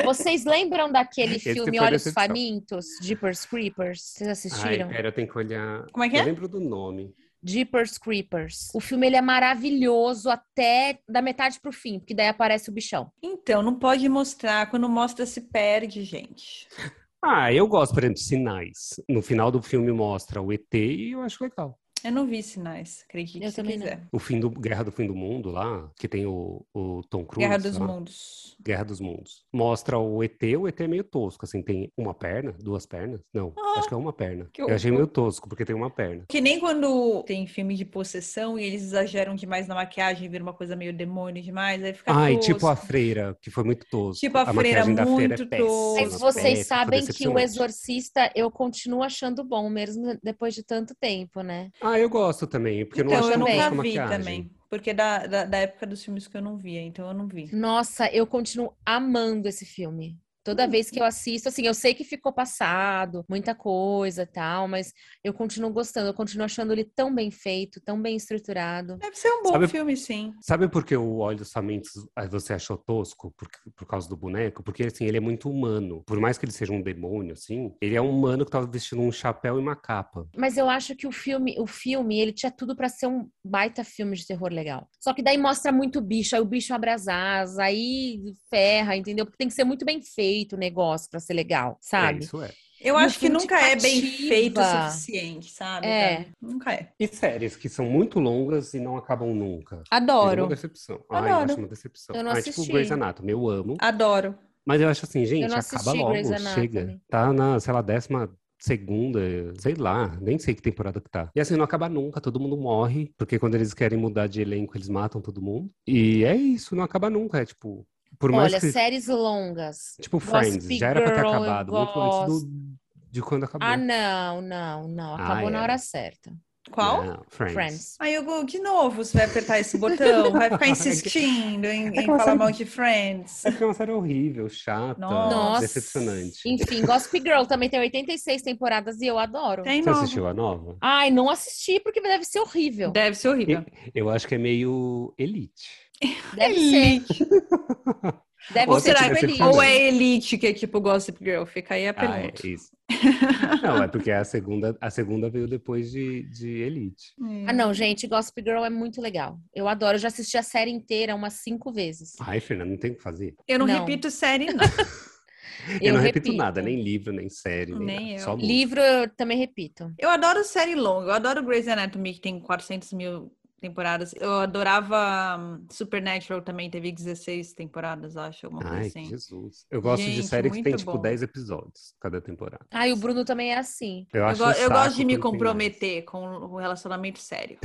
Speaker 2: Vocês lembram daquele
Speaker 3: Esse
Speaker 2: filme
Speaker 3: foi a
Speaker 2: Olhos
Speaker 3: decepção.
Speaker 2: Famintos? Jeepers Creepers? Vocês
Speaker 3: Ai,
Speaker 2: assistiram?
Speaker 3: pera, eu tenho que olhar.
Speaker 1: Como é que
Speaker 3: Eu
Speaker 1: é?
Speaker 3: lembro do nome.
Speaker 2: Jeepers Creepers. O filme ele é maravilhoso até da metade pro fim, porque daí aparece o bichão.
Speaker 1: Então, não pode mostrar, quando mostra se perde, gente.
Speaker 3: Ah, eu gosto, por exemplo, de sinais. No final do filme mostra o ET e eu acho legal.
Speaker 1: Eu não vi sinais, acredite
Speaker 2: Eu
Speaker 1: se
Speaker 2: também não.
Speaker 1: quiser.
Speaker 3: O fim do Guerra do Fim do Mundo lá, que tem o, o Tom Cruise.
Speaker 1: Guerra dos
Speaker 3: lá.
Speaker 1: Mundos.
Speaker 3: Guerra dos Mundos. Mostra o ET, o ET é meio tosco, assim, tem uma perna, duas pernas? Não, acho que é uma perna.
Speaker 1: Ah, que
Speaker 3: eu achei
Speaker 1: horror.
Speaker 3: meio tosco, porque tem uma perna.
Speaker 1: Que nem quando tem filme de possessão e eles exageram demais na maquiagem, vira uma coisa meio demônio demais, aí fica
Speaker 3: Ai,
Speaker 1: É tosco.
Speaker 3: tipo a freira, que foi muito tosco.
Speaker 1: Tipo a freira,
Speaker 3: maquiagem da freira é
Speaker 1: muito
Speaker 3: péssima.
Speaker 1: tosco.
Speaker 2: Mas
Speaker 1: Nossa,
Speaker 2: vocês
Speaker 3: péssima,
Speaker 2: sabem que o
Speaker 3: decepcionante.
Speaker 2: Exorcista eu continuo achando bom, mesmo depois de tanto tempo, né?
Speaker 3: Ah, eu gosto também, porque eu não
Speaker 1: então,
Speaker 3: acho
Speaker 1: eu
Speaker 3: tão
Speaker 2: também.
Speaker 3: tosca
Speaker 1: nunca
Speaker 3: a
Speaker 1: vi
Speaker 3: maquiagem.
Speaker 1: também. Porque da, da, da época dos filmes que eu não via, então eu não vi.
Speaker 2: Nossa, eu continuo amando esse filme.
Speaker 3: Hum.
Speaker 2: Toda vez que eu assisto, assim, eu sei que ficou passado, muita coisa e tal, mas eu continuo gostando, eu continuo achando ele tão bem feito, tão bem estruturado.
Speaker 1: Deve ser um bom
Speaker 3: Sabe-
Speaker 1: filme, sim.
Speaker 3: Sabe por que o Olhos Famintos ah, você achou tosco por, por causa do boneco? Porque assim, ele é muito humano. Por mais que ele seja um demônio, assim, ele é um humano que tava vestindo um chapéu e uma capa.
Speaker 2: Mas eu acho que o filme, o filme, ele tinha tudo pra ser um baita filme de terror legal. Só que daí mostra muito bicho, aí o bicho abre as asas, aí ferra, entendeu? Porque tem que ser muito bem feito o negócio pra ser legal,
Speaker 3: É,
Speaker 2: sabe?
Speaker 3: isso é.
Speaker 1: Eu
Speaker 2: E o
Speaker 1: acho que
Speaker 2: filme te
Speaker 1: nunca é bem
Speaker 2: cativa.
Speaker 1: feito o suficiente, sabe?
Speaker 2: É.
Speaker 1: cara? Nunca é.
Speaker 3: E séries que são muito longas e não acabam nunca. É uma
Speaker 1: Adoro.
Speaker 3: decepção. Ai, eu
Speaker 1: Adoro.
Speaker 3: acho uma decepção.
Speaker 2: Eu não
Speaker 3: Ai, tipo
Speaker 2: assisti.
Speaker 3: Grey's Anatomy, eu amo.
Speaker 1: Adoro.
Speaker 3: Mas eu acho assim, gente,
Speaker 2: não
Speaker 3: acaba
Speaker 2: assisti Grey's
Speaker 3: logo,
Speaker 2: Anatomy.
Speaker 3: chega. Tá na, sei lá, décima segunda, sei lá, nem sei que temporada que tá. E assim, não acaba nunca, todo mundo morre, porque quando eles querem mudar de elenco, eles matam todo mundo. E é isso, não acaba nunca, é tipo, por mais
Speaker 2: Olha,
Speaker 3: que
Speaker 2: séries longas.
Speaker 3: tipo
Speaker 2: Gossip
Speaker 3: Friends, já era pra ter
Speaker 2: Girl, eu
Speaker 3: acabado muito antes do- de quando acabou.
Speaker 2: Ah, não, não, não.
Speaker 3: Tá Ah,
Speaker 2: Acabou na
Speaker 3: é.
Speaker 2: hora certa.
Speaker 1: Qual?
Speaker 3: Não, Friends.
Speaker 2: Friends.
Speaker 1: Aí, Hugo, de novo você vai apertar esse botão, vai ficar insistindo em, em
Speaker 3: como
Speaker 1: falar
Speaker 3: você-
Speaker 1: mal de Friends.
Speaker 3: É porque é uma série horrível, chata,
Speaker 1: Nossa.
Speaker 3: decepcionante.
Speaker 2: Enfim, Gossip Girl também tem 86 temporadas e eu adoro.
Speaker 1: Tem
Speaker 3: Você
Speaker 1: novo.
Speaker 3: assistiu a nova?
Speaker 2: Ai, não assisti porque deve ser horrível.
Speaker 5: Deve ser horrível.
Speaker 3: Eu acho que é meio elite.
Speaker 1: É
Speaker 2: Deve ser. Deve
Speaker 3: Ou
Speaker 2: ser
Speaker 3: será
Speaker 2: tipo
Speaker 3: que-
Speaker 2: elite.
Speaker 5: Ou é Elite, que é tipo Gossip Girl? Fica aí a
Speaker 3: Ah, é
Speaker 5: pergunta.
Speaker 3: isso. Não, é porque a segunda, a segunda veio depois de, de Elite.
Speaker 1: Hum.
Speaker 2: Ah, não, gente, Gossip Girl é muito legal. Eu adoro, eu já assisti a série inteira umas cinco vezes.
Speaker 3: Ai, Fernanda, não tem o que fazer.
Speaker 1: Eu não,
Speaker 2: Não.
Speaker 1: repito série, não.
Speaker 3: Eu, não repito, nada, nem livro, nem série, nem,
Speaker 5: Nem
Speaker 3: nada,
Speaker 5: eu.
Speaker 3: só música.
Speaker 2: Livro eu também repito.
Speaker 1: Eu adoro série longa, eu adoro Grey's Anatomy, que tem 400 mil temporadas. Eu adorava hum, Supernatural também, teve 16 temporadas, acho, alguma coisa
Speaker 3: Ai, que
Speaker 1: assim.
Speaker 3: Jesus. Eu gosto de
Speaker 1: Gente,
Speaker 3: série que tem,
Speaker 1: muito
Speaker 3: tipo,
Speaker 1: bom.
Speaker 3: 10 episódios cada temporada.
Speaker 2: Ai, o Bruno também é assim.
Speaker 3: Eu,
Speaker 1: Eu,
Speaker 3: acho
Speaker 1: go-
Speaker 3: um
Speaker 1: eu
Speaker 3: saco
Speaker 1: gosto de me
Speaker 3: quando tem mais.
Speaker 1: comprometer com o relacionamento sério.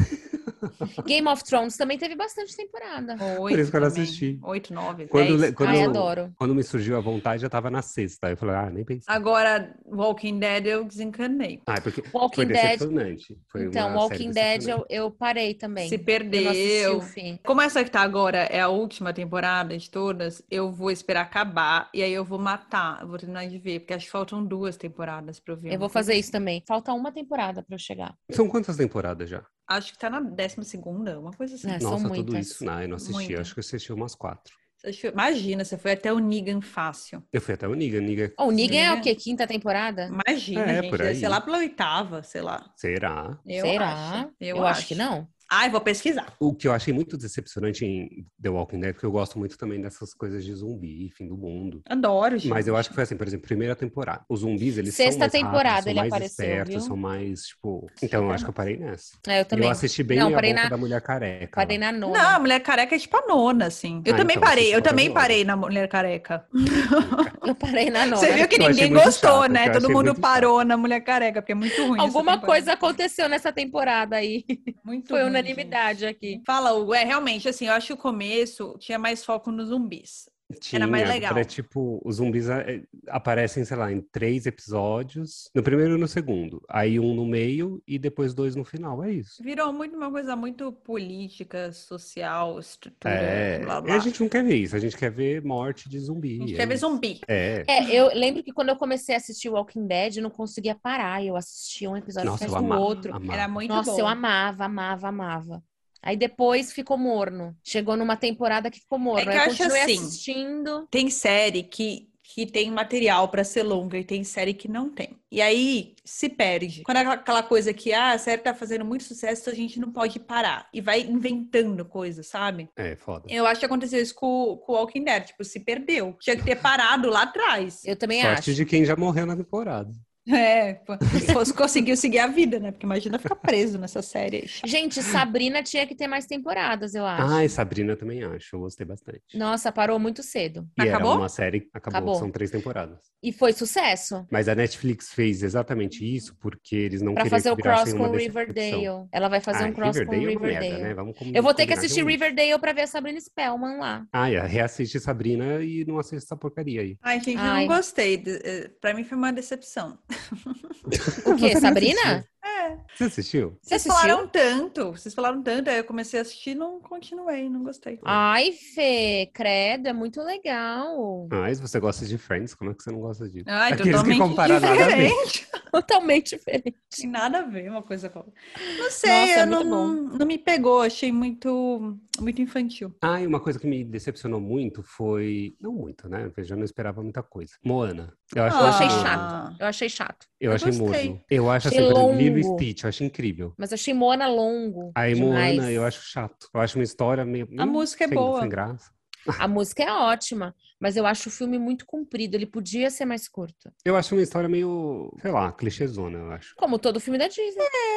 Speaker 2: Game of Thrones também teve bastante temporada.
Speaker 1: Oito
Speaker 3: isso que eu não
Speaker 1: também.
Speaker 3: assisti.
Speaker 1: Oito, nove,
Speaker 3: Quando
Speaker 1: dez.
Speaker 3: le- quando-
Speaker 2: Ai, adoro.
Speaker 3: Quando me surgiu a vontade, já tava na sexta. Eu falei, ah, nem pensei.
Speaker 1: Agora, Walking Dead, eu desencanei.
Speaker 3: Ah, é porque foi
Speaker 2: Walking Dead.
Speaker 3: decepcionante. Foi
Speaker 2: Então,
Speaker 3: uma série
Speaker 2: Walking Dead
Speaker 3: decepcionante.
Speaker 2: eu, eu parei também.
Speaker 1: Se
Speaker 2: Eu não assisti
Speaker 1: perdeu.
Speaker 2: o fim.
Speaker 1: Como essa que tá agora é a última temporada de todas, eu vou esperar acabar e aí eu vou matar. Eu vou terminar de ver, porque acho que faltam duas temporadas pra eu ver. um
Speaker 2: Eu vou fazer isso também. Falta uma temporada pra eu chegar.
Speaker 3: São quantas temporadas já?
Speaker 1: Acho que tá na décima segunda, uma coisa assim.
Speaker 2: É, são
Speaker 3: Nossa, tudo
Speaker 2: muitas.
Speaker 3: isso. Não, eu não assisti. Eu
Speaker 1: Muitas.
Speaker 3: acho que eu assisti umas quatro.
Speaker 1: Você achou- Imagina, você foi até o Negan fácil.
Speaker 3: Eu fui até o Niga. Niga,
Speaker 2: Ô, o Negan é
Speaker 1: Sim.
Speaker 2: o quê? Quinta temporada?
Speaker 1: Imagina,
Speaker 3: É,
Speaker 1: gente.
Speaker 3: por aí.
Speaker 1: Sei lá pela oitava, sei lá.
Speaker 3: será?
Speaker 1: Eu
Speaker 2: Será?
Speaker 1: acho,
Speaker 2: Eu, acho que não.
Speaker 1: Ai, vou pesquisar.
Speaker 3: O que eu achei muito decepcionante em The Walking Dead, porque eu gosto muito também dessas coisas de zumbi, fim do mundo.
Speaker 1: Adoro, gente.
Speaker 3: Mas eu acho que foi assim, por exemplo, primeira temporada. Os zumbis, eles
Speaker 2: Sexta
Speaker 3: são mais
Speaker 2: temporada
Speaker 3: rápidos, são
Speaker 2: ele
Speaker 3: mais
Speaker 2: apareceu,
Speaker 3: espertos,
Speaker 2: viu?
Speaker 3: são mais, tipo... Então, eu acho que eu parei nessa.
Speaker 2: É, eu
Speaker 3: E
Speaker 2: também.
Speaker 3: eu assisti bem
Speaker 2: Não,
Speaker 3: a
Speaker 2: parei
Speaker 3: boca
Speaker 2: na-
Speaker 3: da mulher careca.
Speaker 2: Parei na nona.
Speaker 1: Não, a Mulher Careca é tipo a nona, assim. Eu
Speaker 3: Ah,
Speaker 1: também
Speaker 3: então,
Speaker 1: parei,
Speaker 3: vocês
Speaker 1: eu
Speaker 3: foram
Speaker 1: também
Speaker 3: nona.
Speaker 1: parei na Mulher Careca.
Speaker 2: Eu parei na nona.
Speaker 1: Você viu que
Speaker 3: Então, Eu achei
Speaker 1: ninguém
Speaker 3: muito
Speaker 1: gostou,
Speaker 3: chato,
Speaker 1: né?
Speaker 3: eu
Speaker 1: Todo
Speaker 3: achei
Speaker 1: mundo
Speaker 3: muito
Speaker 1: parou na Mulher Careca, porque é muito ruim. essa
Speaker 2: Alguma
Speaker 1: temporada.
Speaker 2: coisa aconteceu nessa temporada aí.
Speaker 1: Muito
Speaker 2: Foi
Speaker 1: ruim,
Speaker 2: unanimidade aqui.
Speaker 1: gente. Fala, Hugo. É, realmente, assim, eu acho que o começo tinha mais foco nos zumbis.
Speaker 3: Tinha,
Speaker 1: mais legal.
Speaker 3: Era tipo, os zumbis a- eh, aparecem, sei lá, em três episódios. No primeiro e no segundo. Aí um no meio e depois dois no final. É isso.
Speaker 1: Virou muito uma coisa muito política, social, estrutura,
Speaker 3: É.
Speaker 1: blá
Speaker 3: E
Speaker 1: blá.
Speaker 3: a gente não quer ver isso. A gente quer ver morte de zumbi.
Speaker 1: A gente
Speaker 3: é
Speaker 1: quer ver
Speaker 3: isso.
Speaker 1: zumbi.
Speaker 3: É.
Speaker 2: É, eu lembro que quando eu comecei a assistir Walking Dead, eu não conseguia parar. Eu assistia um episódio
Speaker 3: Nossa,
Speaker 2: atrás
Speaker 3: eu
Speaker 2: do
Speaker 3: amava.
Speaker 2: outro.
Speaker 3: amava.
Speaker 1: Era muito
Speaker 2: Nossa,
Speaker 1: bom.
Speaker 2: eu amava, amava, amava. Aí depois ficou morno. Chegou numa temporada É que ficou morno.
Speaker 1: que
Speaker 2: Aí
Speaker 1: eu
Speaker 2: eu
Speaker 1: acho
Speaker 2: continuei
Speaker 1: assim.
Speaker 2: assistindo.
Speaker 1: Tem série que, que tem material pra ser longa e tem série que não tem. E aí se perde. Quando é aquela- aquela coisa que ah, a série tá fazendo muito sucesso, a gente não pode parar. E vai inventando coisas, sabe?
Speaker 3: É, foda.
Speaker 1: Eu acho que aconteceu isso com, com o Walking Dead. Tipo, se perdeu. Tinha que ter parado lá atrás.
Speaker 2: Eu também
Speaker 3: Sorte
Speaker 2: acho.
Speaker 3: de quem já morreu na temporada.
Speaker 1: É, pô, se fosse- conseguiu seguir a vida, né? Porque imagina ficar preso nessa série. aí.
Speaker 2: Gente, Sabrina tinha que ter mais temporadas, eu acho.
Speaker 3: Ai, Sabrina também acho. Eu gostei bastante.
Speaker 2: Nossa, parou muito cedo.
Speaker 3: E era
Speaker 1: Acabou?
Speaker 3: uma série acabou,
Speaker 2: Acabou.
Speaker 3: são três temporadas.
Speaker 2: E foi sucesso.
Speaker 3: Mas a Netflix fez exatamente isso porque eles não
Speaker 2: Pra
Speaker 3: queriam
Speaker 2: fazer o
Speaker 3: que virassem
Speaker 2: cross
Speaker 3: uma
Speaker 2: com
Speaker 3: decepção.
Speaker 2: Riverdale. Ela vai fazer
Speaker 3: Ai,
Speaker 2: um cross
Speaker 3: Riverdale é
Speaker 2: com
Speaker 3: uma merda,
Speaker 2: Riverdale.
Speaker 3: né? Vamos com-
Speaker 2: Eu vou ter que
Speaker 3: combinar
Speaker 2: assistir
Speaker 3: realmente.
Speaker 2: Riverdale pra ver a Sabrina Spellman lá.
Speaker 3: Ah, é, reassiste Sabrina e não assiste essa porcaria aí.
Speaker 1: Ai, gente,
Speaker 2: Ai.
Speaker 1: eu não gostei. De- eh, Pra mim foi uma decepção.
Speaker 2: O quê,
Speaker 3: Você não
Speaker 2: Sabrina?
Speaker 3: assistiu?
Speaker 1: É,
Speaker 3: Você assistiu?
Speaker 2: Você
Speaker 1: vocês
Speaker 2: assistiu?
Speaker 1: falaram tanto, vocês falaram tanto, aí eu comecei a assistir e não continuei, não gostei.
Speaker 2: Ai, Fê, credo, é muito legal.
Speaker 3: Ah, Mas você gosta de Friends, como é que você não gosta disso?
Speaker 1: Ai,
Speaker 3: Aqueles que
Speaker 1: totalmente
Speaker 3: comparam nada a ver.
Speaker 1: diferente.
Speaker 2: Totalmente diferente.
Speaker 1: Tem nada a ver uma coisa com a outra. Não sei,
Speaker 2: Nossa, é
Speaker 1: eu não,
Speaker 2: muito
Speaker 1: não me pegou, achei muito, muito infantil.
Speaker 3: Ah, e uma coisa que me decepcionou muito foi. Não muito, né? Porque Eu já não esperava muita coisa. Moana. Eu,
Speaker 1: Ah,
Speaker 3: acho
Speaker 2: Eu Ah. achei
Speaker 3: Moana.
Speaker 2: chato. Eu achei chato.
Speaker 3: Eu,
Speaker 1: Eu
Speaker 3: achei
Speaker 1: gostei.
Speaker 3: morno. Eu acho
Speaker 2: Achei
Speaker 3: assim, por exemplo, Lilo e
Speaker 2: longo.
Speaker 3: Stitch, eu acho incrível.
Speaker 2: Mas achei Moana longo.
Speaker 3: Aí
Speaker 2: demais.
Speaker 3: Moana eu acho chato. Eu acho uma história meio.
Speaker 1: A
Speaker 3: hum,
Speaker 1: música é
Speaker 3: sem-
Speaker 1: boa.
Speaker 3: Sem graça.
Speaker 2: A música é ótima, mas eu acho o filme muito comprido. Ele podia ser mais curto.
Speaker 3: Eu acho uma história meio, sei lá, clichêzona, eu acho.
Speaker 2: Como todo filme da Disney.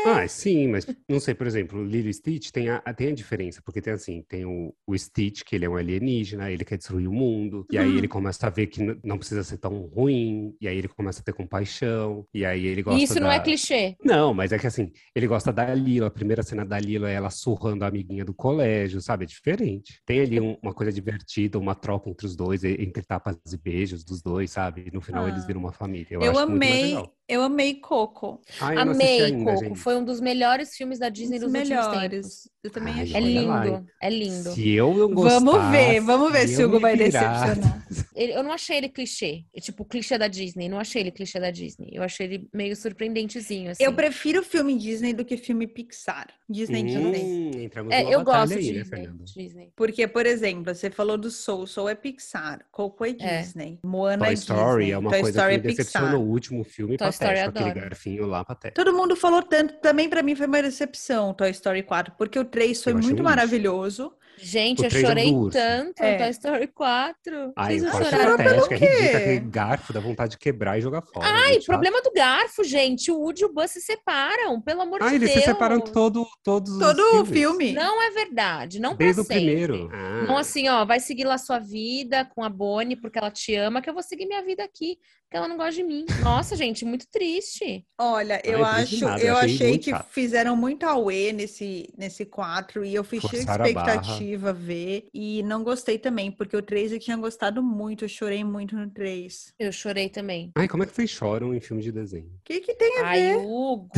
Speaker 3: Ah, sim, mas não sei, por exemplo, Lilo e Stitch tem a, a- tem a diferença, porque tem assim, tem o, o Stitch, que ele é um alienígena, ele quer destruir o mundo, e
Speaker 2: Uhum.
Speaker 3: aí ele começa a ver que n- não precisa ser tão ruim, e aí ele começa a ter compaixão, e aí ele gosta
Speaker 2: E isso não é
Speaker 3: da-
Speaker 2: clichê.
Speaker 3: Não, mas é que assim, ele gosta da Lila, a primeira cena da Lila é ela surrando a amiguinha do colégio, sabe? É diferente. Tem ali um- uma coisa de divertida, uma troca entre os dois, e- entre tapas e beijos dos dois, sabe? E no final
Speaker 6: Ah.
Speaker 3: eles viram uma família. Eu,
Speaker 1: Eu
Speaker 3: acho muito mais
Speaker 1: amei,
Speaker 3: legal.
Speaker 1: eu amei Coco. um
Speaker 3: Ai, eu não assisti
Speaker 2: Amei,
Speaker 3: ainda,
Speaker 2: Coco.
Speaker 3: gente.
Speaker 2: Foi um dos melhores filmes da Disney
Speaker 1: Um dos
Speaker 2: dos últimos tempos.
Speaker 1: melhores. Eu também
Speaker 3: Ai,
Speaker 1: achei.
Speaker 2: É
Speaker 3: Olha lá,
Speaker 2: lindo, é lindo.
Speaker 3: Se eu não gostar...
Speaker 1: Vamos ver, vamos ver se o
Speaker 3: eu
Speaker 1: Hugo
Speaker 3: me
Speaker 1: vai
Speaker 3: virar.
Speaker 1: decepcionar.
Speaker 2: Ele- eu não achei ele clichê, tipo clichê da Disney. Não achei ele clichê da Disney. Eu achei ele meio surpreendentezinho, assim.
Speaker 1: Eu prefiro filme Disney do que filme Pixar. Disney, Disney.
Speaker 3: Hum, entramos
Speaker 2: É,
Speaker 3: numa
Speaker 2: eu
Speaker 3: batalha
Speaker 2: gosto
Speaker 3: aí,
Speaker 2: de
Speaker 3: né,
Speaker 2: Disney,
Speaker 3: Fernanda?
Speaker 2: Disney.
Speaker 1: Porque, por exemplo, você falou do Soul. Soul é Pixar. Coco é
Speaker 2: É.
Speaker 1: Disney. Moana
Speaker 3: Toy
Speaker 1: é
Speaker 3: Story
Speaker 1: Disney.
Speaker 3: é uma
Speaker 1: Toy
Speaker 3: coisa
Speaker 1: Story
Speaker 3: que me
Speaker 1: é Pixar. é
Speaker 3: decepcionou. O último filme
Speaker 2: Toy Story eu
Speaker 3: patético, aquele
Speaker 2: adoro.
Speaker 3: garfinho lá patético.
Speaker 1: Todo mundo falou tanto. Também pra mim foi uma decepção Toy Story 4. Porque o 3 foi
Speaker 3: Eu achei
Speaker 1: muito
Speaker 3: um lixo.
Speaker 1: maravilhoso.
Speaker 2: Gente,
Speaker 3: O
Speaker 2: eu
Speaker 3: três é um
Speaker 2: chorei
Speaker 3: do urso.
Speaker 2: tanto
Speaker 1: É.
Speaker 2: em Toy Story 4.
Speaker 3: Ai,
Speaker 2: Vocês
Speaker 3: o
Speaker 2: não
Speaker 3: quarto é
Speaker 2: choraram?
Speaker 1: pelo
Speaker 3: patético, é ridículo,
Speaker 1: quê?
Speaker 3: aquele garfo, dá vontade de quebrar e jogar fora.
Speaker 2: Ai,
Speaker 3: gente,
Speaker 2: problema do garfo, gente. O Woody e o Buzz se separam, pelo amor
Speaker 3: Ah,
Speaker 2: de
Speaker 3: eles
Speaker 2: Deus.
Speaker 3: se separam todo, todos
Speaker 1: Todo o
Speaker 3: os filmes.
Speaker 1: filme.
Speaker 2: Não é verdade, não pra
Speaker 3: Desde o
Speaker 2: sempre.
Speaker 3: primeiro.
Speaker 2: Não assim, ó, vai seguir lá sua vida com a Bonnie porque ela te ama, que eu vou seguir minha vida aqui, porque ela não gosta de mim. Nossa, gente, muito triste.
Speaker 1: Olha, eu
Speaker 3: eu entendi
Speaker 1: acho,
Speaker 3: nada, eu
Speaker 1: eu
Speaker 3: achei
Speaker 1: achei
Speaker 3: muito
Speaker 1: que
Speaker 3: chato.
Speaker 1: fizeram muito auê nesse, nesse 4 e eu fui cheia de
Speaker 3: Forçaram a barra.
Speaker 1: expectativa ver e não gostei também, porque o 3 eu tinha gostado muito, eu chorei muito no 3.
Speaker 2: Eu chorei também.
Speaker 3: Ai, como é que vocês choram em filme de desenho?
Speaker 1: O que que tem a
Speaker 2: Ai,
Speaker 1: ver?
Speaker 2: Hugo.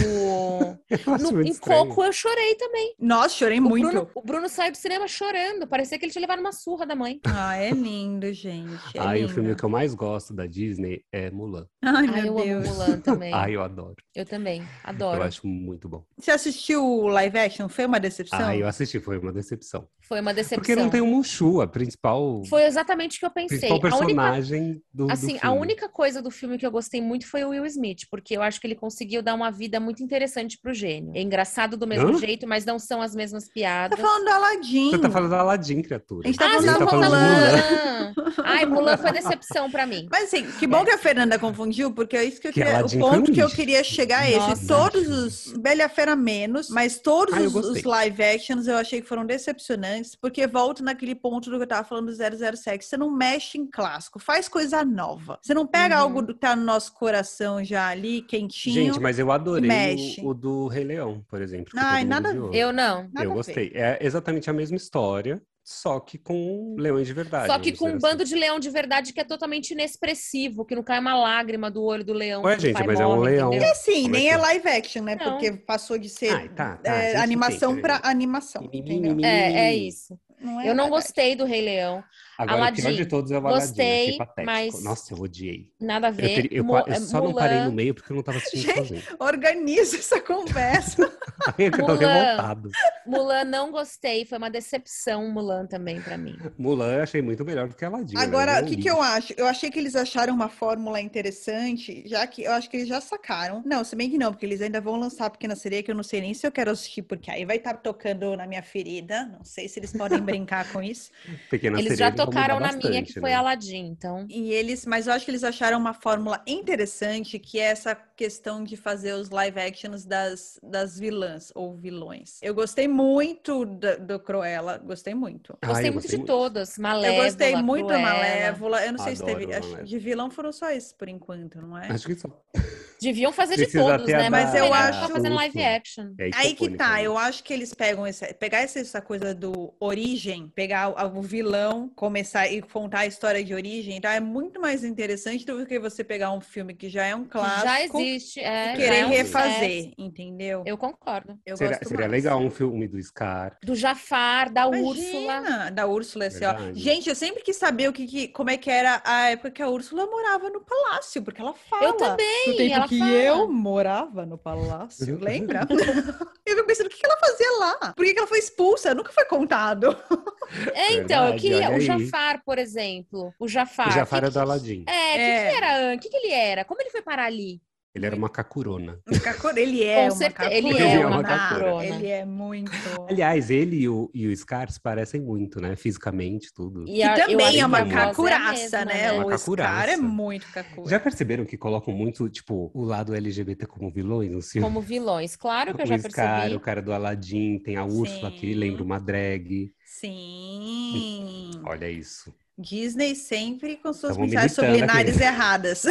Speaker 3: Eu acho
Speaker 2: No-
Speaker 3: né? muito
Speaker 2: em
Speaker 3: estranho.
Speaker 2: Coco eu chorei também.
Speaker 1: Nossa, chorei
Speaker 2: O
Speaker 1: muito.
Speaker 2: Bruno, o Bruno saiu do cinema chorando, parecia que ele tinha levado uma surra da mãe.
Speaker 1: Ah, é lindo, gente. É
Speaker 3: Ai, o
Speaker 1: lindo.
Speaker 3: filme que eu mais gosto da Disney é Mulan.
Speaker 1: Ai,
Speaker 2: Ai,
Speaker 1: meu
Speaker 2: eu
Speaker 1: Deus.
Speaker 2: amo Mulan também.
Speaker 3: Ai, eu adoro.
Speaker 2: Eu também,
Speaker 3: Eu
Speaker 2: adoro.
Speaker 3: acho muito bom.
Speaker 1: Você assistiu o live action? Foi uma decepção?
Speaker 3: Ai, Ah, eu assisti, foi uma decepção.
Speaker 2: Foi uma decepção.
Speaker 3: Porque não tem o Mushu, a principal,
Speaker 2: Foi exatamente o que eu pensei.
Speaker 3: principal
Speaker 2: A única
Speaker 3: personagem do, do
Speaker 2: Assim, a
Speaker 3: filme.
Speaker 2: única coisa do filme que eu gostei muito foi o Will Smith, porque eu acho que ele conseguiu dar uma vida muito interessante pro gênio. É engraçado do mesmo
Speaker 3: Hã?
Speaker 2: jeito, mas não são as mesmas
Speaker 1: Tá
Speaker 2: piadas.
Speaker 1: falando do Aladdin.
Speaker 3: Você tá falando da Aladdin,
Speaker 1: A
Speaker 3: criatura.
Speaker 1: gente tá
Speaker 2: ah,
Speaker 1: falando
Speaker 2: você
Speaker 1: da
Speaker 2: tá falando
Speaker 3: de
Speaker 1: Mulan.
Speaker 3: Mulan.
Speaker 2: Mulan. Ai, Mulan foi decepção pra mim.
Speaker 1: Mas assim, que bom que a Fernanda confundiu, porque é isso que eu
Speaker 3: Que
Speaker 1: queria,
Speaker 3: Aladdin
Speaker 1: o
Speaker 3: foi
Speaker 1: ponto
Speaker 3: um
Speaker 1: que eu
Speaker 3: lixo.
Speaker 1: queria chegar é esse.
Speaker 2: Nossa.
Speaker 1: Todos os Bela Fera menos, mas todos
Speaker 3: Ah, eu
Speaker 1: os, os
Speaker 3: gostei.
Speaker 1: live actions eu achei que foram decepcionantes, porque volto naquele ponto do que eu tava falando do 007, você não mexe em clássico, faz coisa nova. Você não pega
Speaker 2: Uhum.
Speaker 1: algo do que tá no nosso coração já ali, quentinho.
Speaker 3: Gente, mas eu adorei
Speaker 1: mexe.
Speaker 3: o, o do Rei Leão, por exemplo. que
Speaker 1: Ai,
Speaker 3: todo mundo
Speaker 1: nada a
Speaker 3: odiou.
Speaker 2: Eu não.
Speaker 1: nada a
Speaker 3: Eu
Speaker 1: ver.
Speaker 3: gostei. É exatamente a mesma história, só que com leões de verdade.
Speaker 2: Só que
Speaker 3: vamos
Speaker 2: com
Speaker 3: dizer assim.
Speaker 2: um bando de leão de verdade que é totalmente inexpressivo, que não cai uma lágrima do olho do leão.
Speaker 3: Ué,
Speaker 2: quando o
Speaker 3: gente,
Speaker 2: pai
Speaker 3: mas é um
Speaker 2: morre,
Speaker 3: leão.
Speaker 2: entendeu?
Speaker 1: E assim,
Speaker 3: Como é
Speaker 1: nem
Speaker 3: que
Speaker 1: é
Speaker 3: é?
Speaker 1: live action, né?
Speaker 2: Não.
Speaker 1: Porque passou de ser
Speaker 3: Ai, tá, tá,
Speaker 1: é,
Speaker 3: gente,
Speaker 1: animação
Speaker 3: entende,
Speaker 1: pra
Speaker 3: né?
Speaker 1: animação.
Speaker 3: Mimimi,
Speaker 1: entendeu?
Speaker 3: mimimi.
Speaker 2: É, é isso.
Speaker 1: Não é
Speaker 2: Eu não
Speaker 1: live action.
Speaker 2: gostei do Rei Leão.
Speaker 3: Agora, o pior
Speaker 2: Aladdin,
Speaker 3: de todos é o Aladdin. achei
Speaker 2: gostei,
Speaker 3: patético.
Speaker 2: mas-
Speaker 3: Nossa, eu odiei.
Speaker 2: Nada a
Speaker 3: Eu,
Speaker 2: ver.
Speaker 3: teria- eu
Speaker 2: Mu-
Speaker 3: qua- eu
Speaker 2: é,
Speaker 3: só não parei
Speaker 2: Mulan-
Speaker 3: no meio porque eu não tava assistindo
Speaker 1: Gente.
Speaker 3: sozinho.
Speaker 1: Organiza essa conversa.
Speaker 3: Aí eu tô
Speaker 2: Mulan.
Speaker 3: revoltado.
Speaker 2: Mulan não gostei, foi uma decepção Mulan também pra mim.
Speaker 3: Mulan eu achei muito melhor do que Aladdin.
Speaker 1: Agora,
Speaker 3: né?
Speaker 1: o que, que eu acho? Eu achei que eles acharam uma fórmula interessante, já que eu acho que eles já sacaram. Não, se bem que não, porque eles ainda vão lançar a Pequena Sereia, que eu não sei nem se eu quero assistir, porque aí vai estar tocando na minha ferida. Não sei se eles podem brincar com isso.
Speaker 3: Pequena
Speaker 2: Eles
Speaker 3: Sereia,
Speaker 2: já
Speaker 3: eles vão mudar
Speaker 2: tocaram na minha, que
Speaker 3: bastante,
Speaker 2: foi
Speaker 3: né?
Speaker 2: Aladdin, então.
Speaker 1: E eles, mas eu acho que eles acharam uma fórmula interessante, que é essa questão de fazer os live actions das, das vilãs ou vilões. Eu gostei muito do, do Cruella, gostei muito.
Speaker 3: Ai,
Speaker 2: Gostei
Speaker 3: Ah, eu
Speaker 2: muito de
Speaker 3: muito.
Speaker 2: todas. Malévola.
Speaker 1: Eu gostei muito da
Speaker 2: Cruella.
Speaker 1: Malévola. Eu não sei se
Speaker 3: Adoro
Speaker 1: teve.
Speaker 3: a
Speaker 1: acho-
Speaker 3: Malévola.
Speaker 1: de vilão foram só esses por enquanto, não é?
Speaker 3: Acho que só.
Speaker 2: Deviam fazer de
Speaker 3: Precisa
Speaker 2: todos,
Speaker 3: ter a
Speaker 2: né? Mas
Speaker 1: da-
Speaker 2: eu
Speaker 1: da
Speaker 2: acho que tá fazendo
Speaker 3: Úrsula.
Speaker 2: live action.
Speaker 3: É
Speaker 1: Aí que
Speaker 3: icônico,
Speaker 1: tá,
Speaker 3: né?
Speaker 1: eu acho que eles pegam esse, pegar essa, essa coisa do origem, pegar o, o vilão, começar e contar a história de origem, tá? É muito mais interessante do que você pegar um filme que já é um clássico
Speaker 2: Já existe. É,
Speaker 1: e
Speaker 2: já
Speaker 1: querer
Speaker 2: é um
Speaker 1: refazer,
Speaker 2: sucesso.
Speaker 1: entendeu?
Speaker 2: Eu concordo.
Speaker 1: Eu
Speaker 3: Seria,
Speaker 1: gosto
Speaker 3: seria
Speaker 1: mais.
Speaker 3: legal um filme do Scar.
Speaker 2: Do Jafar, da Úrsula.
Speaker 1: Imagina, da Úrsula, assim, ó.
Speaker 3: Verdade.
Speaker 1: Gente, eu sempre quis saber o que, que- como é que era a época que a Úrsula morava no palácio, porque ela fala.
Speaker 2: Eu também.
Speaker 1: No tempo
Speaker 2: ela
Speaker 1: que
Speaker 2: fala.
Speaker 1: eu morava no palácio, lembra? eu fico pensando, o que que ela fazia lá? Por que que ela foi expulsa? Nunca foi contado.
Speaker 2: É, então, eu
Speaker 3: Verdade,
Speaker 2: queria.
Speaker 3: olha
Speaker 2: O
Speaker 3: aí.
Speaker 2: Jafar, por exemplo. O Jafar.
Speaker 3: O Jafar
Speaker 2: Que-
Speaker 3: é do Aladdin.
Speaker 2: É, o
Speaker 1: É.
Speaker 2: que, que era? O que, que ele era? Como ele foi parar ali?
Speaker 3: Ele era uma cacurona.
Speaker 1: Kakura, Ele é
Speaker 2: Com
Speaker 1: uma
Speaker 2: certeza, ele
Speaker 1: cacurona.
Speaker 3: é uma
Speaker 2: cacurona.
Speaker 1: Ele é muito.
Speaker 3: Aliás, ele e o, e o Scar se parecem muito, né? Fisicamente, tudo.
Speaker 2: E
Speaker 1: Que
Speaker 2: a- eu acho
Speaker 1: também é
Speaker 2: que a
Speaker 1: uma
Speaker 2: voz a
Speaker 1: cacuraça,
Speaker 2: mesma,
Speaker 1: né?
Speaker 3: Uma
Speaker 1: O Scar é
Speaker 3: cacuraça.
Speaker 1: muito cacura.
Speaker 2: é.
Speaker 3: Já perceberam que colocam muito, tipo, o lado LGBT como vilões no filme?
Speaker 2: Como vilões. Claro que eu
Speaker 3: o
Speaker 2: já
Speaker 3: Scar,
Speaker 2: percebi.
Speaker 3: o cara do Aladdin, tem a Úrsula que
Speaker 1: Sim.
Speaker 3: lembra uma drag.
Speaker 1: Sim.
Speaker 3: Olha isso.
Speaker 1: Disney sempre com suas
Speaker 3: Tamo
Speaker 1: mensagens
Speaker 3: militando
Speaker 1: subliminares
Speaker 3: aqui.
Speaker 1: erradas.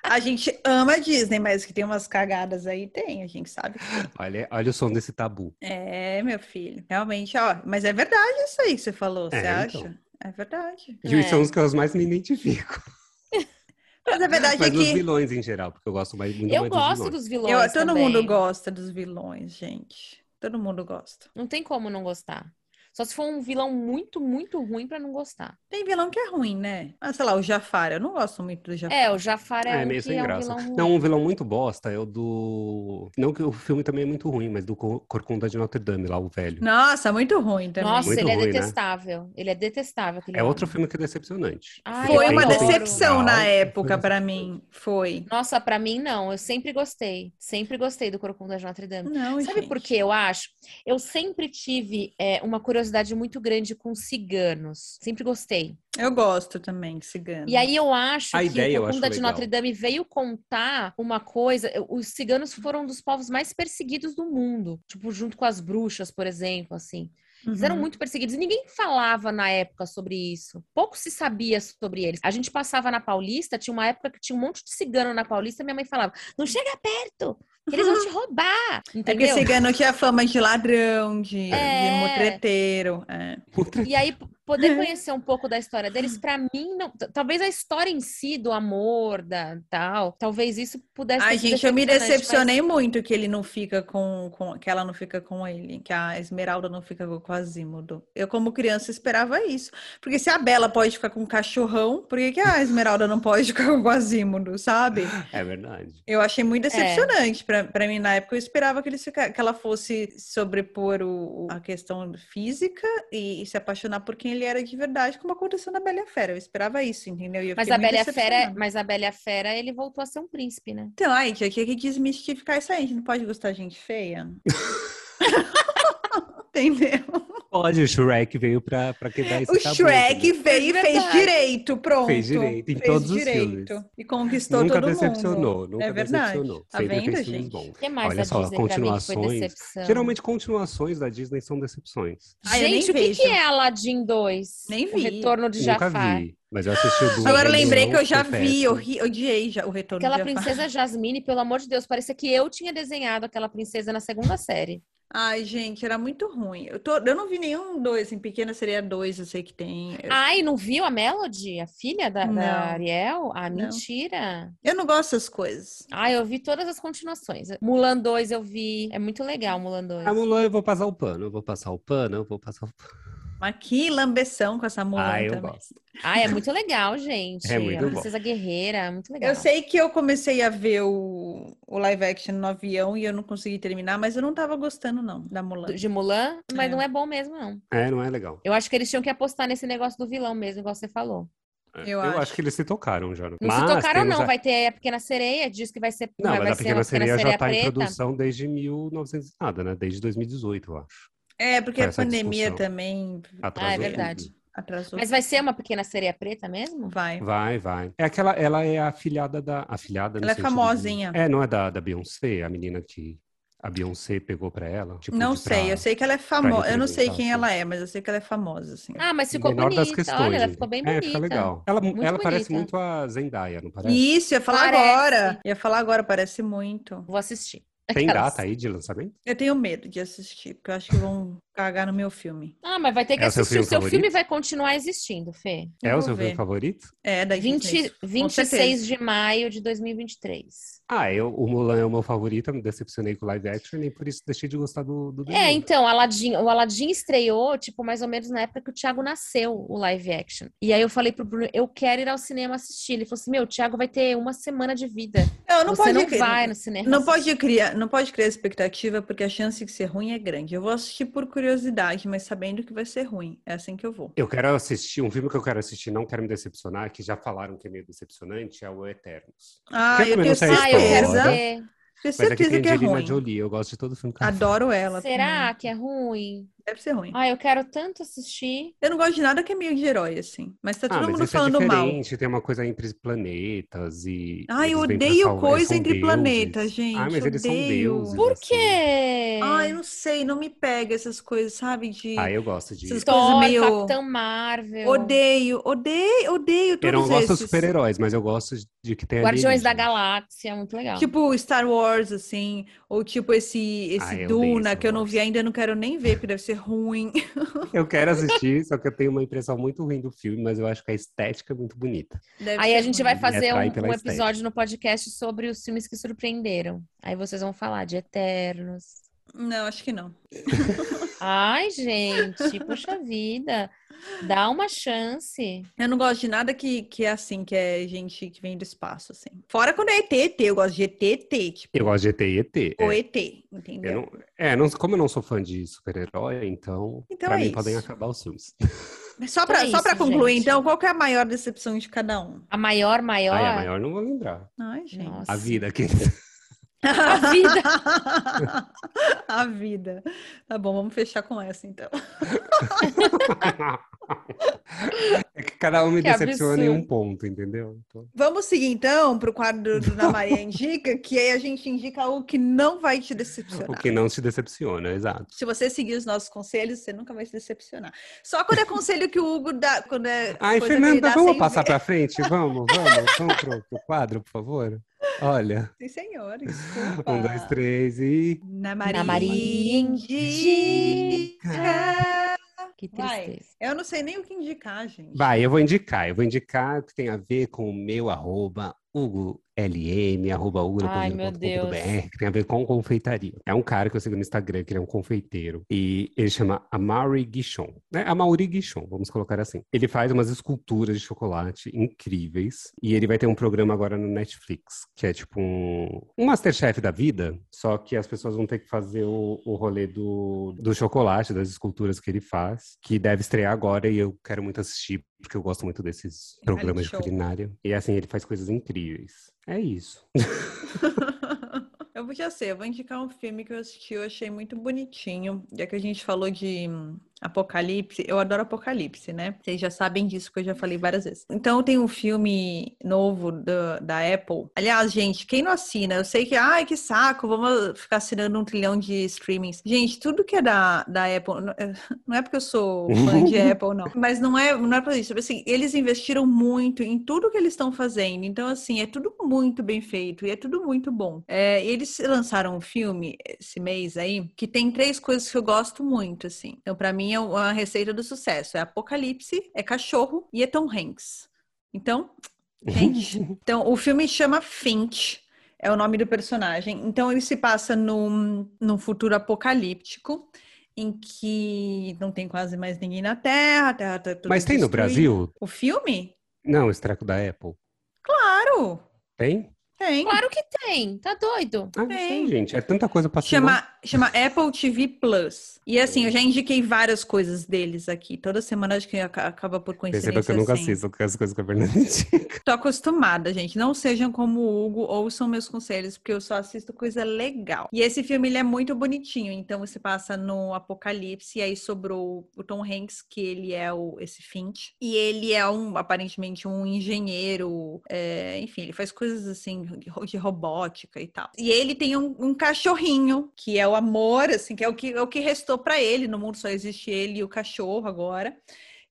Speaker 1: a gente ama a Disney, mas que tem umas cagadas aí, tem, a gente sabe. que tem.
Speaker 3: Olha, olha o som desse tabu.
Speaker 1: É, meu filho, realmente, ó. Mas é verdade isso aí que você falou,
Speaker 3: É,
Speaker 1: você acha?
Speaker 3: então.
Speaker 1: É verdade.
Speaker 3: E os
Speaker 2: É.
Speaker 3: são os que eu mais me identifico.
Speaker 1: Mas a verdade
Speaker 3: Mas
Speaker 1: é
Speaker 3: os
Speaker 1: que
Speaker 3: vilões em geral, porque eu gosto mais, muito
Speaker 2: Eu
Speaker 3: mais
Speaker 2: gosto
Speaker 3: é dos vilões.
Speaker 2: dos vilões.
Speaker 1: eu- todo
Speaker 2: também.
Speaker 1: mundo gosta dos vilões, gente. Todo mundo gosta.
Speaker 2: Não tem como não gostar. Só se for um vilão muito, muito ruim pra não gostar.
Speaker 1: Tem vilão que é ruim, né? Ah, sei lá, o Jafar. Eu não gosto muito do Jafar.
Speaker 2: É, o Jafar é,
Speaker 3: É,
Speaker 2: um
Speaker 3: meio
Speaker 2: que
Speaker 3: sem
Speaker 2: é um
Speaker 3: graça.
Speaker 2: vilão ruim.
Speaker 3: Não, um vilão muito bosta é o do. Não que o filme também é muito ruim, mas do Cor- Corcunda de Notre Dame, lá, o velho.
Speaker 1: Nossa, muito ruim também.
Speaker 2: Nossa,
Speaker 3: Muito
Speaker 2: ele
Speaker 3: ruim,
Speaker 2: é
Speaker 3: né?
Speaker 2: detestável. Ele é detestável. aquele
Speaker 3: É outro
Speaker 2: homem.
Speaker 3: filme que é decepcionante.
Speaker 2: Ai,
Speaker 3: Porque
Speaker 1: Foi
Speaker 3: tem
Speaker 1: uma
Speaker 3: potencial,
Speaker 1: decepção na
Speaker 3: mas
Speaker 1: época
Speaker 3: foi
Speaker 1: pra mim. Foi.
Speaker 2: Nossa, pra mim não. Eu sempre gostei. Sempre gostei do Corcunda de Notre Dame.
Speaker 1: Não,
Speaker 2: Sabe
Speaker 1: gente.
Speaker 2: por que eu acho? Eu sempre tive é, uma curiosidade muito grande com ciganos. Sempre gostei.
Speaker 1: Eu gosto também de cigano.
Speaker 2: E aí eu acho
Speaker 3: A
Speaker 2: que
Speaker 3: ideia eu
Speaker 2: o Corcunda
Speaker 3: acho
Speaker 2: de
Speaker 3: legal.
Speaker 2: Notre Dame veio contar uma coisa. eu- Os ciganos foram um dos povos mais perseguidos do mundo. Tipo, junto com as bruxas, por exemplo, assim. Eles eram
Speaker 1: Uhum.
Speaker 2: muito perseguidos. e Ninguém falava na época sobre isso. Pouco se sabia sobre eles. A gente passava na Paulista, tinha uma época que tinha um monte de cigano na Paulista. Minha mãe falava: não chega perto, que eles vão te roubar.
Speaker 1: É porque
Speaker 2: Entendeu?
Speaker 1: cigano tinha fama de ladrão, de,
Speaker 2: É.
Speaker 1: de mutreteiro. é.
Speaker 2: E aí, p- poder conhecer um pouco da história deles, pra mim, não. t- Talvez a história em si, do amor, da tal, talvez isso pudesse.
Speaker 1: Ai,
Speaker 2: ter sido
Speaker 1: gente, eu me
Speaker 2: decepcionante,
Speaker 1: decepcionei muito que ele não fica com, com- que ela não fica com ele, que a Esmeralda não fica com o Quasimodo. Eu, como criança, esperava isso. Porque se a Bela pode ficar com o cachorrão, por que, que a Esmeralda não pode ficar com o Quasimodo, sabe?
Speaker 3: É verdade.
Speaker 1: Eu achei muito
Speaker 2: É.
Speaker 1: decepcionante pra para mim na época. Eu esperava que eles fica- que ela fosse sobrepor o, o- a questão física e, e se apaixonar por quem ele era de verdade, como aconteceu na Bela e a Fera. Eu esperava isso, entendeu? E eu
Speaker 2: Mas,
Speaker 1: fiquei
Speaker 2: mas a
Speaker 1: muito
Speaker 2: Bela e a Fera, é,
Speaker 1: decepcionada.
Speaker 2: mas a Bela e a Fera, ele voltou a ser um príncipe, né?
Speaker 1: Então, aí, tia, tinha que desmistificar isso aí. A gente não pode gostar de gente feia. Entendeu?
Speaker 3: Pode, o Shrek veio pra, pra quebrar esse
Speaker 1: O
Speaker 3: é tabu, né?
Speaker 1: Shrek
Speaker 3: entendeu?
Speaker 1: veio e fez
Speaker 2: É verdade.
Speaker 1: direito, pronto.
Speaker 3: Fez direito, em
Speaker 1: Fez
Speaker 3: todos os
Speaker 1: direito.
Speaker 3: filmes.
Speaker 1: E conquistou
Speaker 3: nunca
Speaker 1: todo
Speaker 3: decepcionou,
Speaker 1: mundo.
Speaker 3: nunca
Speaker 1: é verdade.
Speaker 3: decepcionou.
Speaker 1: Tá
Speaker 3: Sempre
Speaker 1: vendo,
Speaker 3: fez filmes
Speaker 1: gente?
Speaker 3: bons.
Speaker 2: O que mais
Speaker 3: Olha
Speaker 2: da
Speaker 3: só,
Speaker 2: Disney pra mim que foi
Speaker 3: continuações.
Speaker 2: decepção?
Speaker 3: Geralmente, continuações da Disney são decepções.
Speaker 1: Ai, Ah, eu nem
Speaker 2: Gente, o que,
Speaker 1: vejo.
Speaker 2: que é Aladdin 2?
Speaker 1: Nem
Speaker 2: O
Speaker 1: vi.
Speaker 2: retorno de
Speaker 3: Nunca
Speaker 2: Jafar.
Speaker 3: vi, mas eu assisti o do
Speaker 1: Agora eu
Speaker 3: Rei
Speaker 1: lembrei
Speaker 3: Leão,
Speaker 1: que eu já
Speaker 3: foi
Speaker 1: vi, eu
Speaker 3: péssimo.
Speaker 1: ri- odiei já o retorno
Speaker 2: Aquela
Speaker 1: de Jafar.
Speaker 2: princesa Jasmine, pelo amor de Deus, parecia que eu tinha desenhado aquela princesa na segunda série.
Speaker 1: Ai, gente, era muito ruim. Eu, tô- eu não vi nenhum dois. Em pequena seria dois, eu sei que tem. Eu,
Speaker 2: Ai, não viu a Melody, a filha da, da
Speaker 1: Não.
Speaker 2: Ariel? Ah,
Speaker 1: Não.
Speaker 2: mentira.
Speaker 1: eu não gosto dessas coisas.
Speaker 2: Ai, Ah, eu vi todas as continuações. Mulan 2 eu vi. É muito legal Mulan 2.
Speaker 3: Ah, Mulan, eu vou passar o pano, eu vou passar o pano, eu vou passar o pano.
Speaker 1: Mas que lambeção com essa mulher
Speaker 3: Ah, eu
Speaker 1: também.
Speaker 3: gosto.
Speaker 2: Ai, é muito legal, gente.
Speaker 3: É muito
Speaker 2: a
Speaker 3: bom.
Speaker 2: princesa guerreira, é muito legal.
Speaker 1: Eu sei que eu comecei a ver o, o live action no avião e eu não consegui terminar, mas eu não tava gostando, não, da Mulan.
Speaker 2: De Mulan, mas
Speaker 1: É.
Speaker 2: não é bom mesmo, não.
Speaker 3: É, não é legal.
Speaker 2: Eu acho que eles tinham que apostar nesse negócio do vilão mesmo, igual você falou.
Speaker 3: É,
Speaker 1: Eu
Speaker 3: Eu,
Speaker 1: acho.
Speaker 3: acho. que eles se tocaram já. né?
Speaker 2: Não
Speaker 3: Mas
Speaker 2: se tocaram,
Speaker 3: temos
Speaker 2: não.
Speaker 3: a-
Speaker 2: Vai ter a Pequena Sereia, diz que vai ser.
Speaker 3: Não,
Speaker 2: vai
Speaker 3: mas a
Speaker 2: ser
Speaker 3: Pequena
Speaker 2: uma
Speaker 3: Sereia já tá em
Speaker 2: Preta.
Speaker 3: produção desde 1900 e nada, né? Desde 2018, eu acho.
Speaker 1: É, porque
Speaker 3: Com
Speaker 1: a
Speaker 3: essa
Speaker 1: pandemia
Speaker 3: discussão.
Speaker 1: também
Speaker 3: Atrasou
Speaker 2: Ah, é
Speaker 3: tudo.
Speaker 2: verdade.
Speaker 1: atrasou.
Speaker 2: Mas vai ser uma Pequena Sereia Preta mesmo?
Speaker 1: Vai.
Speaker 3: Vai, vai. É aquela, ela é a filhada da. A filhada, no
Speaker 1: Ela é
Speaker 3: sentido de-
Speaker 1: famosinha.
Speaker 3: É, não é da, da Beyoncé, a menina que a Beyoncé pegou pra ela? Tipo,
Speaker 1: Não
Speaker 3: de
Speaker 1: sei,
Speaker 3: pra-
Speaker 1: eu sei que ela é famosa. Eu não sei
Speaker 3: representar,
Speaker 1: quem
Speaker 3: assim.
Speaker 1: ela é, mas eu sei que ela é famosa, assim.
Speaker 2: Ah, mas ficou
Speaker 3: menor
Speaker 2: bonita.
Speaker 3: das questões.
Speaker 2: Olha, ela
Speaker 3: né?
Speaker 2: ficou bem
Speaker 3: É,
Speaker 2: bonita.
Speaker 3: fica legal. Ela,
Speaker 2: Muito
Speaker 3: ela parece
Speaker 2: bonita.
Speaker 3: muito a Zendaya, não parece?
Speaker 1: Isso, ia falar
Speaker 2: Parece.
Speaker 1: agora. Ia falar agora, parece muito.
Speaker 2: Vou assistir.
Speaker 3: Tem
Speaker 2: Aquelas.
Speaker 3: data aí de lançamento?
Speaker 1: Eu tenho medo de assistir, porque eu acho que vão cagar no meu filme.
Speaker 2: Ah, mas vai ter que
Speaker 3: É o seu
Speaker 2: assistir. O
Speaker 3: filme
Speaker 2: seu filme
Speaker 3: favorito?
Speaker 2: vai continuar existindo, Fê.
Speaker 1: Eu
Speaker 3: é o
Speaker 1: vou
Speaker 3: seu
Speaker 1: ver.
Speaker 3: filme favorito?
Speaker 1: É, da Disney.
Speaker 2: 20,
Speaker 1: certeza.
Speaker 2: 26 de maio de 2023.
Speaker 3: Ah, eu, o Mulan é o meu favorito, eu me decepcionei com o live action e por isso deixei de gostar do, do
Speaker 2: É,
Speaker 3: desenho.
Speaker 2: então, Aladdin, o Aladdin estreou, tipo, mais ou menos na época que o Thiago nasceu, o live action. E aí eu falei pro Bruno, eu quero ir ao cinema assistir. Ele falou assim, meu, o Thiago vai ter uma semana de vida.
Speaker 1: Não, não
Speaker 2: Você
Speaker 1: pode
Speaker 2: não
Speaker 1: crer.
Speaker 2: vai no cinema.
Speaker 1: Não pode criar, não pode criar expectativa porque a chance de ser ruim é grande. Eu vou assistir por curiosidade, mas sabendo que vai ser ruim. É assim que eu vou.
Speaker 3: Eu quero assistir, um filme que eu quero assistir, não quero me decepcionar, que já falaram que é meio decepcionante, é o Eternos.
Speaker 1: Ah,
Speaker 3: Quer um
Speaker 1: eu
Speaker 3: também
Speaker 1: tenho
Speaker 3: não sair
Speaker 2: Ah, eu quero
Speaker 3: spoiler,
Speaker 1: certeza,
Speaker 3: né?
Speaker 2: ver.
Speaker 1: tenho
Speaker 3: Mas aqui
Speaker 1: certeza
Speaker 3: tem
Speaker 1: que é
Speaker 3: Angelina
Speaker 1: ruim.
Speaker 3: Jolie, eu gosto de todo filme que ela faz.
Speaker 1: Adoro ela.
Speaker 2: Será que é ruim?
Speaker 1: também. Deve ser ruim.
Speaker 2: Ah, eu quero tanto assistir.
Speaker 1: Eu não gosto de nada que é meio de herói, assim. Mas tá todo
Speaker 3: ah, mas
Speaker 1: mundo
Speaker 3: isso é
Speaker 1: falando mal.
Speaker 3: diferente. Tem uma coisa entre planetas e.
Speaker 1: Ah, eu
Speaker 3: eles vêm pra
Speaker 1: odeio
Speaker 3: salvar, eles
Speaker 1: coisa
Speaker 3: são
Speaker 1: entre
Speaker 3: deuses.
Speaker 1: planetas, gente.
Speaker 3: Ah, mas eles são
Speaker 1: odeio.
Speaker 3: deuses.
Speaker 2: Por
Speaker 3: assim.
Speaker 2: quê?
Speaker 1: Ah, eu não sei, não me pega essas coisas, sabe? De.
Speaker 3: Ah, eu gosto de.
Speaker 1: Essas
Speaker 2: Thor,
Speaker 1: coisa meio-
Speaker 2: Capitã Marvel.
Speaker 1: Odeio, odeio, odeio todos
Speaker 3: Eu não gosto de
Speaker 1: esses.
Speaker 3: super-heróis, mas eu gosto de que tem
Speaker 2: Guardiões da
Speaker 3: alienígenas.
Speaker 2: Galáxia, muito legal.
Speaker 3: Então.
Speaker 1: Tipo Star Wars, assim, ou tipo esse, esse
Speaker 3: Ah, eu odeio
Speaker 1: Duna,
Speaker 3: Star
Speaker 1: que eu não
Speaker 3: Wars.
Speaker 1: vi ainda, não quero nem ver, porque deve ser ruim.
Speaker 3: Eu quero assistir, só que eu tenho uma impressão muito ruim do filme, mas eu acho que a estética é muito bonita.
Speaker 1: Deve
Speaker 2: Aí
Speaker 1: ser
Speaker 2: a gente
Speaker 1: ruim.
Speaker 2: vai
Speaker 3: Me
Speaker 2: fazer um,
Speaker 3: atrai É, pela
Speaker 2: um
Speaker 3: estética.
Speaker 2: episódio no podcast sobre os filmes que surpreenderam. Aí vocês vão falar de Eternos.
Speaker 1: Não, acho que não.
Speaker 2: Ai, gente, puxa vida. Dá uma chance.
Speaker 1: Eu não gosto de nada que, que é assim, que é gente que vem do espaço, assim. Fora quando é ET, ET, eu gosto de ET, ET, tipo,
Speaker 3: Eu gosto de ET e ET.
Speaker 1: ou
Speaker 3: é.
Speaker 1: ET,
Speaker 3: Eu
Speaker 1: entendeu?
Speaker 3: não, é, não- como eu não sou fã de super-herói, então,
Speaker 1: Então
Speaker 3: pra
Speaker 1: é
Speaker 3: mim
Speaker 1: isso.
Speaker 3: podem acabar os filmes.
Speaker 1: Só pra,
Speaker 2: Então é
Speaker 1: só pra
Speaker 2: isso,
Speaker 1: concluir,
Speaker 2: gente.
Speaker 1: então, qual que é a maior decepção de cada um?
Speaker 2: A maior, maior.
Speaker 3: Ah, é, maior não vou lembrar.
Speaker 1: Ai, gente.
Speaker 2: Nossa.
Speaker 3: A vida que
Speaker 1: A
Speaker 2: vida.
Speaker 1: a vida. Tá bom, vamos fechar com essa, então.
Speaker 3: é que cada um me
Speaker 2: Que
Speaker 3: decepciona em um
Speaker 2: absurdo.
Speaker 3: ponto, entendeu? Então,
Speaker 1: Vamos seguir, então, pro quadro do Na Maria Indica, que aí a gente indica o que não vai te decepcionar.
Speaker 3: o que não se decepciona, exato.
Speaker 1: Se você seguir os nossos conselhos, você nunca vai se decepcionar. Só quando é conselho que o Hugo dá. Quando é
Speaker 3: Ai,
Speaker 1: coisa que ele
Speaker 3: Fernanda,
Speaker 1: dá
Speaker 3: vamos
Speaker 1: sem
Speaker 3: passar
Speaker 1: ver.
Speaker 3: pra frente? Vamos, vamos, vamos pro, pro quadro, por favor? Olha,
Speaker 1: Sim, senhor, desculpa.
Speaker 3: um, dois, três e...
Speaker 1: Na Maria,
Speaker 2: Na Maria
Speaker 1: Indica.
Speaker 2: Que
Speaker 1: Vai.
Speaker 2: tristeza.
Speaker 1: Eu não sei nem o que indicar, gente.
Speaker 3: Vai, eu vou indicar, eu vou indicar que tem a ver com o meu arroba, HugoLM, arroba
Speaker 2: Ai, meu
Speaker 3: hugo.com.br, É, que tem a ver com confeitaria. É um cara que eu sigo no Instagram, que ele é um confeiteiro, e ele chama Amaury Guichon, né? Amaury Guichon, vamos colocar assim. Ele faz umas esculturas de chocolate incríveis, e ele vai ter um programa agora no Netflix, que é tipo um, um Masterchef da vida, só que as pessoas vão ter que fazer o, o rolê do, do chocolate, das esculturas que ele faz, que deve estrear agora e eu quero muito assistir, porque eu gosto muito desses programas de
Speaker 1: show.
Speaker 3: culinária. E assim, ele faz coisas incríveis. É isso.
Speaker 1: Eu vou- já sei, eu vou indicar um filme que eu assisti, eu achei muito bonitinho. Já que a gente falou de hum, Apocalipse, eu adoro Apocalipse, né? Vocês já sabem disso, que eu já falei várias vezes. Então tem um filme novo da, da Apple. Aliás, gente, quem não assina? Eu sei que, ai, que saco, vamos ficar assinando um trilhão de streamings. Gente, tudo que é da, da Apple, não- é- não é porque eu sou fã de Apple, não. Mas não é, não é por isso. Assim, eles investiram muito em tudo que eles estão fazendo. Então, assim, é tudo muito bem feito e é tudo muito bom. É, eles lançaram um filme esse mês aí que tem três coisas que eu gosto muito, assim. Então, pra mim, é uma receita do sucesso. É Apocalipse, é Cachorro e é Tom Hanks. Então, gente, então, o filme chama Finch, é o nome do personagem. Então, ele se passa num, num futuro apocalíptico, em que não tem quase mais ninguém na Terra, a Terra tá toda
Speaker 3: Mas tem no
Speaker 1: destruída.
Speaker 3: Brasil?
Speaker 1: O filme?
Speaker 3: Não, o Estreco da Apple.
Speaker 1: Claro,
Speaker 3: Tem?
Speaker 1: tem.
Speaker 2: Claro que tem, tá doido?
Speaker 3: Ah, não
Speaker 1: Tem.
Speaker 3: sei, gente. É tanta coisa passando.
Speaker 1: Chama, chama Apple TV Plus. E assim, eu já indiquei várias coisas deles aqui. Toda semana acho que aca- acaba por coincidência.
Speaker 3: Perceba que eu nunca
Speaker 1: assim.
Speaker 3: assisto com as coisas que a Fernanda indica.
Speaker 1: Tô acostumada, gente. Não sejam como o Hugo, ouçam meus conselhos, porque eu só assisto coisa legal. E esse filme, ele é muito bonitinho. Então, você passa no apocalipse, e aí sobrou o Tom Hanks, que ele é o, esse Finch. E ele é um, aparentemente, um engenheiro. é, enfim, ele faz coisas assim, de ro- de robótica e tal. E ele tem um, um cachorrinho, que é o amor, assim, que é o que, é o que restou pra ele. No mundo só existe ele e o cachorro agora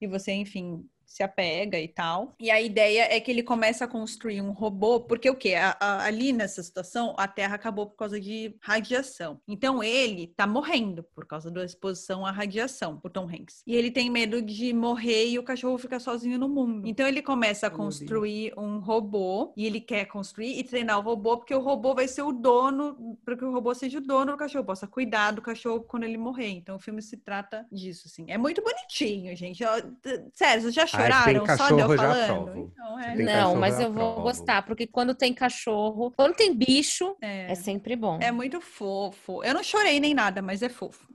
Speaker 1: e você, enfim, se apega e tal. E a ideia é que ele começa a construir um robô, porque o quê? A- a- ali nessa situação, a Terra acabou por causa de radiação. Então ele tá morrendo por causa da exposição à radiação, por Tom Hanks. E ele tem medo de morrer e o cachorro fica sozinho no mundo. Então ele começa a
Speaker 3: Meu Deus.
Speaker 1: construir um robô e ele quer construir e treinar o robô, porque o robô vai ser o dono, para que o robô seja o dono do cachorro, possa cuidar do cachorro quando ele morrer. Então o filme se trata disso, assim. É muito bonitinho, gente. Ó, t- Sério, vocês já
Speaker 3: se tem
Speaker 1: choraram só de eu
Speaker 3: cachorro, eu já
Speaker 1: falando?
Speaker 3: aprovo.
Speaker 1: Então, é.
Speaker 3: Tem
Speaker 2: Não,
Speaker 3: cachorro,
Speaker 2: mas
Speaker 3: eu
Speaker 2: eu vou
Speaker 3: aprovo.
Speaker 2: gostar, porque quando tem cachorro, quando tem bicho,
Speaker 1: É.
Speaker 2: é sempre bom.
Speaker 1: É muito fofo. Eu não chorei nem nada, mas é fofo.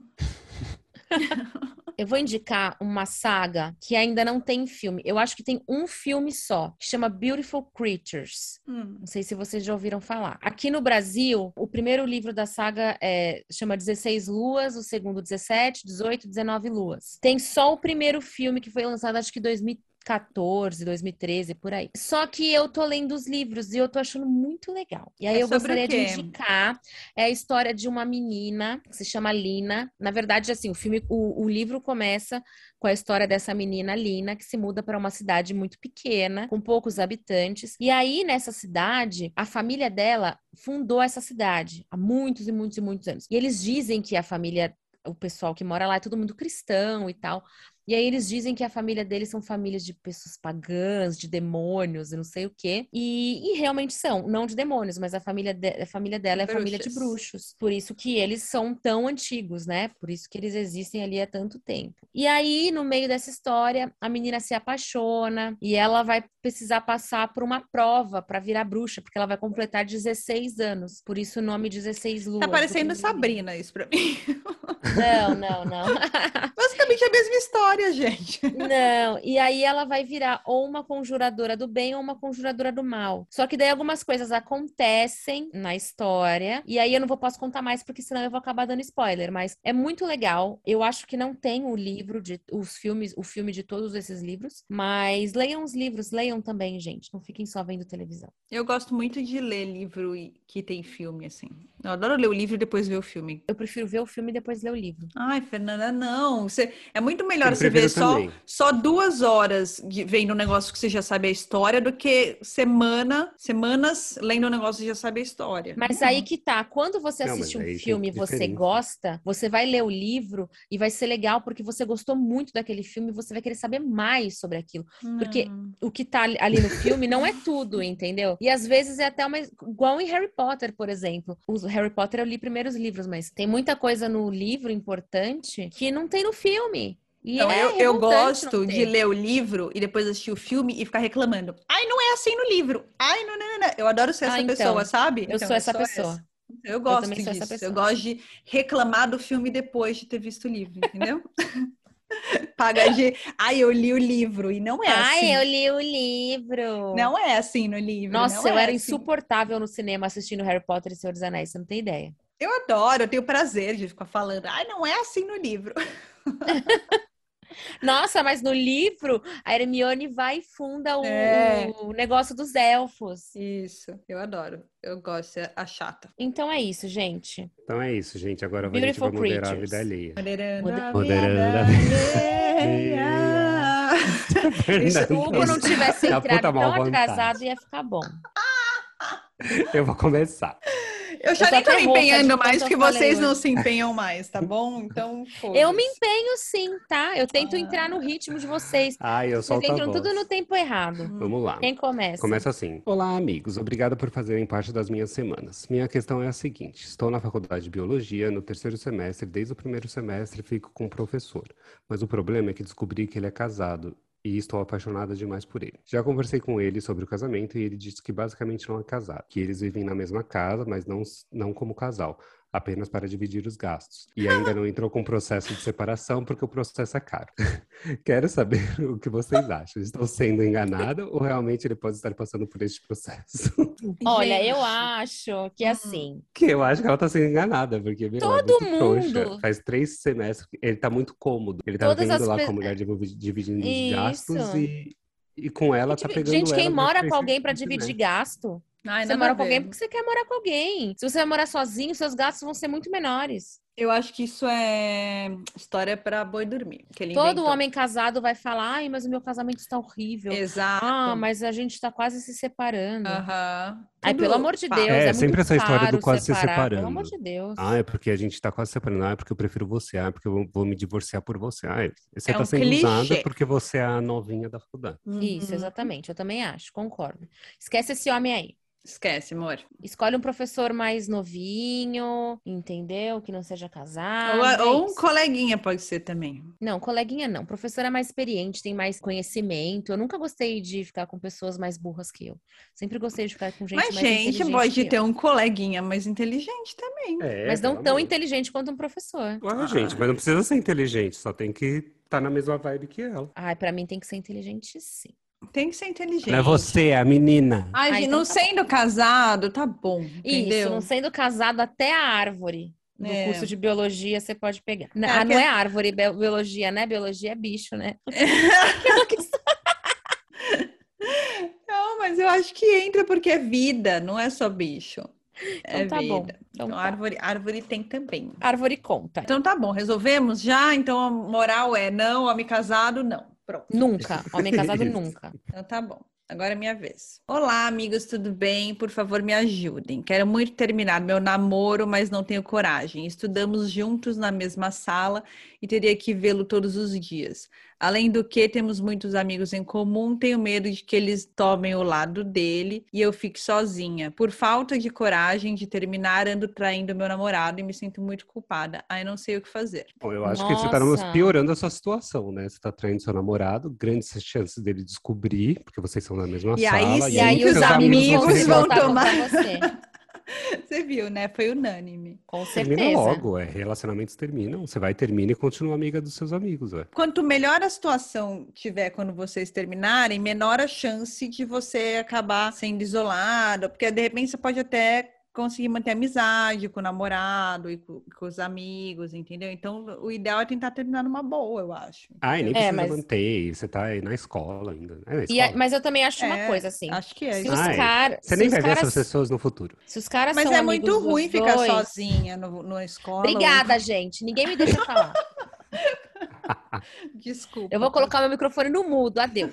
Speaker 2: eu vou indicar uma saga que ainda não tem filme. Eu acho que tem um filme só, que chama Beautiful Creatures.
Speaker 1: Hum.
Speaker 2: Não sei se vocês já ouviram falar. Aqui no Brasil, o primeiro livro da saga é, chama 16 Luas, o segundo 17, 18, 19 Luas. Tem só o primeiro filme que foi lançado, acho que em 2014, 2013, por aí. Só que eu tô lendo os livros e eu tô achando muito legal. E aí
Speaker 1: É
Speaker 2: eu
Speaker 1: sobre o
Speaker 2: gostaria de
Speaker 1: quê?
Speaker 2: indicar é a história de uma menina que se chama Lina. Na verdade, assim, o filme, o, o livro começa com a história dessa menina Lina que se muda para uma cidade muito pequena, com poucos habitantes. E aí nessa cidade, a família dela fundou essa cidade há muitos e muitos e muitos anos. E eles dizem que a família o pessoal que mora lá é todo mundo cristão e tal. E aí eles dizem que a família deles são famílias de pessoas pagãs, de demônios e não sei o quê. E, e realmente são, não de demônios, mas a família, de- a família dela é família de
Speaker 1: Bruxas.
Speaker 2: bruxos. Por isso que eles são tão antigos, né? Por isso que eles existem ali há tanto tempo. E aí, no meio dessa história, a menina se apaixona e ela vai precisar passar por uma prova para virar bruxa, porque ela vai completar 16 anos. Por isso o nome 16 Luas.
Speaker 1: Tá
Speaker 2: do
Speaker 1: parecendo
Speaker 2: primeiro
Speaker 1: Sabrina isso pra mim.
Speaker 2: livro. Não, não, não.
Speaker 1: Basicamente é a mesma história, gente.
Speaker 2: Não, e aí ela vai virar ou uma conjuradora do bem ou uma conjuradora do mal. Só que daí algumas coisas acontecem na história, e aí eu não vou posso contar mais porque senão eu vou acabar dando spoiler, mas é muito legal. Eu acho que não tem o livro de os filmes, o filme de todos esses livros, mas leiam os livros, leiam também, gente, não fiquem só vendo televisão.
Speaker 1: Eu gosto muito de ler livro e- que tem filme, assim. Eu adoro ler o livro e depois ver o filme.
Speaker 2: Eu prefiro ver o filme e depois ler o livro.
Speaker 1: Ai, Fernanda, não. Você... É muito melhor
Speaker 3: Eu
Speaker 1: você ver
Speaker 3: prefiro
Speaker 1: só,
Speaker 3: também.
Speaker 1: só duas horas de- vendo um negócio que você já sabe a história do que semana, semanas lendo um negócio que já sabe a história.
Speaker 2: Mas
Speaker 1: Não.
Speaker 2: aí que tá, quando você
Speaker 3: Hum. Não,
Speaker 2: assiste
Speaker 3: mas
Speaker 2: um
Speaker 3: aí é tem
Speaker 2: filme e você
Speaker 3: diferença.
Speaker 2: gosta, você vai ler o livro e vai ser legal porque você gostou muito daquele filme e você vai querer saber mais sobre aquilo. porque-
Speaker 1: Não.
Speaker 2: O que tá ali- ali no filme não é tudo, entendeu? E às vezes é até uma, igual em Harry Potter, por exemplo. Os Harry Potter eu li primeiro os livros, mas tem muita coisa no livro importante que não tem no filme. E
Speaker 1: Então,
Speaker 2: é
Speaker 1: eu, eu
Speaker 2: revoltante não
Speaker 1: gosto de
Speaker 2: ter.
Speaker 1: ler o livro e depois assistir o filme e ficar reclamando. Ai, não é assim no livro. Ai, não, não, não, não. Eu adoro ser
Speaker 2: Ah,
Speaker 1: essa
Speaker 2: então.
Speaker 1: pessoa, sabe?
Speaker 2: Eu
Speaker 1: Então,
Speaker 2: sou essa pessoa.
Speaker 1: Eu gosto
Speaker 2: também sou essa
Speaker 1: disso.
Speaker 2: pessoa.
Speaker 1: Eu gosto de reclamar do filme depois de ter visto o livro, entendeu? Paga de. Ai, eu li o livro. E não é assim.
Speaker 2: Ai, eu li o livro.
Speaker 1: Não é assim no livro.
Speaker 2: Nossa,
Speaker 1: não
Speaker 2: eu
Speaker 1: é
Speaker 2: era
Speaker 1: assim.
Speaker 2: insuportável no cinema assistindo Harry Potter e Senhor dos Anéis, você não tem ideia.
Speaker 1: Eu adoro, eu tenho prazer de ficar falando. Ai, não é assim no livro.
Speaker 2: Nossa, mas no livro a Hermione vai e funda o,
Speaker 1: É.
Speaker 2: o negócio dos elfos.
Speaker 1: Isso, eu adoro. Eu gosto, de ser a chata.
Speaker 2: Então é isso, gente.
Speaker 3: Então é isso, gente. Agora a gente
Speaker 2: Beautiful
Speaker 3: vai moderar a
Speaker 2: creatures.
Speaker 3: vida alheia.
Speaker 1: Moderando. a
Speaker 3: Moderando a
Speaker 1: vida
Speaker 3: alheia.
Speaker 1: alheia.
Speaker 2: Se o
Speaker 3: Fernanda,
Speaker 2: Hugo não tivesse
Speaker 3: Da
Speaker 2: entrado
Speaker 3: puta
Speaker 2: tão
Speaker 3: mal vontade.
Speaker 2: atrasado, ia ficar bom.
Speaker 3: Eu vou começar.
Speaker 1: Eu já
Speaker 2: Eu
Speaker 1: nem
Speaker 2: só
Speaker 1: tô me
Speaker 2: tenho roupa de
Speaker 1: empenhando
Speaker 2: tanto
Speaker 1: mais,
Speaker 2: eu
Speaker 1: porque
Speaker 2: falei
Speaker 1: vocês
Speaker 2: hoje.
Speaker 1: não se empenham mais, tá bom? Então,
Speaker 2: Eu me
Speaker 1: foda-se.
Speaker 2: empenho sim, tá? Eu tento entrar no ritmo de vocês.
Speaker 3: Ai, Ah. eu
Speaker 2: Vocês
Speaker 3: solto a
Speaker 2: entram
Speaker 3: voz.
Speaker 2: tudo no tempo errado.
Speaker 3: Vamos lá.
Speaker 2: Quem começa?
Speaker 3: Começa assim. Olá, amigos. Obrigado por fazerem parte das minhas semanas. Minha questão é a seguinte: estou na faculdade de biologia, no terceiro semestre, desde o primeiro semestre fico com o professor. Mas o problema é que descobri que ele é casado e estou apaixonada demais por ele. Já conversei com ele sobre o casamento e ele disse que basicamente não é casado, que eles vivem na mesma casa, mas não, não como casal. Apenas para dividir os gastos. E ainda não entrou com processo de separação, porque o processo é caro. Quero saber o que vocês acham. Estou sendo enganada ou realmente ele pode estar passando por este processo?
Speaker 2: Olha, eu
Speaker 1: Gente.
Speaker 2: acho
Speaker 3: Hum.
Speaker 2: que assim.
Speaker 3: que eu acho que ela está sendo enganada, porque meu, ela é
Speaker 2: Todo
Speaker 3: muito trouxa.
Speaker 2: mundo.
Speaker 3: Faz três semestres, que ele tá muito cômodo. Ele tá
Speaker 2: Todas
Speaker 3: vendo
Speaker 2: as
Speaker 3: lá
Speaker 2: pe-
Speaker 3: com a mulher divi- dividindo os
Speaker 2: Isso.
Speaker 3: gastos e, e com ela tá
Speaker 2: Gente,
Speaker 3: pegando
Speaker 2: gente, quem
Speaker 3: ela
Speaker 2: mora
Speaker 3: pra
Speaker 2: com alguém
Speaker 3: crescer
Speaker 2: pra
Speaker 3: junto, né?
Speaker 2: dividir gasto?
Speaker 1: Ai,
Speaker 2: Você
Speaker 1: nada
Speaker 2: mora
Speaker 1: a
Speaker 2: com alguém
Speaker 1: ver.
Speaker 2: porque você quer morar com alguém. Se você vai morar sozinho, seus gastos vão ser muito menores.
Speaker 1: Eu acho que isso é história pra boi dormir. Que ele
Speaker 2: Todo
Speaker 1: inventou.
Speaker 2: homem casado vai falar: ai, mas o meu casamento está horrível.
Speaker 1: tá- Exato.
Speaker 2: Ah, mas a gente está quase se separando.
Speaker 1: Aham.
Speaker 2: Ai,
Speaker 1: Tudo
Speaker 2: pelo amor de
Speaker 1: papo.
Speaker 2: Deus.
Speaker 3: É,
Speaker 2: É, muito
Speaker 3: sempre essa história do
Speaker 2: caro
Speaker 3: quase se
Speaker 2: separar, Pelo
Speaker 3: separando.
Speaker 2: amor de Deus.
Speaker 3: Ah, é porque a gente tá quase separando. Ah, é porque eu prefiro você. Ah, é porque eu vou- vou me divorciar por você. Ah, é- você
Speaker 1: É
Speaker 3: tá
Speaker 1: um
Speaker 3: sendo
Speaker 1: clichê.
Speaker 3: usada porque você é a novinha da faculdade.
Speaker 1: Uhum.
Speaker 2: assim. Isso, exatamente. Eu também acho, concordo. Esquece esse homem aí.
Speaker 1: Esquece, amor.
Speaker 2: Escolhe um professor mais novinho, entendeu? Que não seja casado.
Speaker 1: ou,
Speaker 2: é
Speaker 1: ou um
Speaker 2: isso.
Speaker 1: coleguinha pode ser também.
Speaker 2: Não, coleguinha não. Professora mais experiente, tem mais conhecimento. Eu nunca gostei de ficar com pessoas mais burras que eu. Sempre gostei de ficar com gente
Speaker 1: Mas,
Speaker 2: mais
Speaker 1: gente,
Speaker 2: inteligente que
Speaker 1: pode
Speaker 2: eu.
Speaker 1: ter um coleguinha mais inteligente também.
Speaker 3: É,
Speaker 2: Mas não
Speaker 3: pelo
Speaker 2: tão
Speaker 3: amor.
Speaker 2: inteligente quanto um professor.
Speaker 3: Ah, gente, mas não precisa ser inteligente, só tem que estar na mesma vibe que ela.
Speaker 2: Ai, pra mim tem que ser inteligente sim.
Speaker 1: Tem que ser inteligente.
Speaker 3: Não é você, a menina.
Speaker 1: Ai,
Speaker 2: Ah,
Speaker 1: gente,
Speaker 2: então
Speaker 1: não
Speaker 2: tá
Speaker 1: sendo casado, tá bom.
Speaker 2: Isso,
Speaker 1: Entendeu?
Speaker 2: não sendo casado até a árvore. No
Speaker 1: É.
Speaker 2: curso de biologia você pode pegar. Não,
Speaker 1: É,
Speaker 2: ah, não
Speaker 1: porque-
Speaker 2: é árvore, bi- biologia, né? Biologia é bicho, né?
Speaker 1: Não, mas eu acho que entra porque é vida, não é só bicho. é
Speaker 2: Então tá bom.
Speaker 1: vida.
Speaker 2: Então,
Speaker 1: Então,
Speaker 2: tá.
Speaker 1: árvore, árvore tem também.
Speaker 2: Árvore conta.
Speaker 1: Então tá bom, resolvemos já? Então a moral é não, homem casado, não. Pronto,
Speaker 2: Nunca. Homem casado
Speaker 3: Isso.
Speaker 2: nunca.
Speaker 1: então tá bom. Agora é minha vez. Olá, amigos, tudo bem? Por favor, me ajudem. Quero muito terminar meu namoro, mas não tenho coragem. Estudamos juntos na mesma sala e teria que vê-lo todos os dias. Além do que, temos muitos amigos em comum. Tenho medo de que eles tomem o lado dele e eu fique sozinha. Por falta de coragem de terminar, ando traindo meu namorado e me sinto muito culpada. Aí não sei o que fazer.
Speaker 3: Bom, eu acho que você tá
Speaker 2: Nossa.
Speaker 3: piorando a sua situação, né? Você tá traindo seu namorado, grandes chances dele descobrir, porque vocês são na mesma
Speaker 1: E aí
Speaker 3: sala.
Speaker 1: sim,
Speaker 2: E aí
Speaker 1: que
Speaker 3: seus
Speaker 2: os amigos
Speaker 1: amigos
Speaker 3: se
Speaker 2: vão
Speaker 1: vão
Speaker 2: voltar
Speaker 1: tomar.
Speaker 2: contra você.
Speaker 1: Você viu, né? Foi unânime.
Speaker 2: Com certeza.
Speaker 3: Termina logo, é. Relacionamentos terminam. Você vai, termina e continua amiga dos seus amigos, ué.
Speaker 1: Quanto melhor a situação tiver quando vocês terminarem, menor a chance de você acabar sendo isolado, porque de repente você pode até conseguir manter amizade com o namorado e com, com os amigos, entendeu? Então, o ideal é tentar terminar numa boa, eu acho.
Speaker 3: Ah, e nem
Speaker 2: É,
Speaker 3: precisa
Speaker 2: mas-
Speaker 3: manter, você tá aí na escola ainda. É na
Speaker 2: E a-
Speaker 3: escola.
Speaker 2: mas eu também acho uma
Speaker 1: É,
Speaker 2: coisa assim.
Speaker 1: Acho que é.
Speaker 2: Se
Speaker 1: isso.
Speaker 2: os,
Speaker 3: Ah, é.
Speaker 2: cara-
Speaker 3: Você
Speaker 2: se
Speaker 3: nem
Speaker 2: os
Speaker 3: vai ver
Speaker 2: caras,
Speaker 3: essas pessoas no futuro.
Speaker 2: se os caras
Speaker 1: Mas
Speaker 2: são
Speaker 1: é
Speaker 2: amigos
Speaker 1: muito
Speaker 2: dos
Speaker 1: ruim ficar
Speaker 2: dois-
Speaker 1: sozinha no, na escola.
Speaker 2: Obrigada, gente. Ninguém me deixa falar.
Speaker 1: ou- Desculpa.
Speaker 2: Eu vou colocar meu microfone no mudo. Adeus.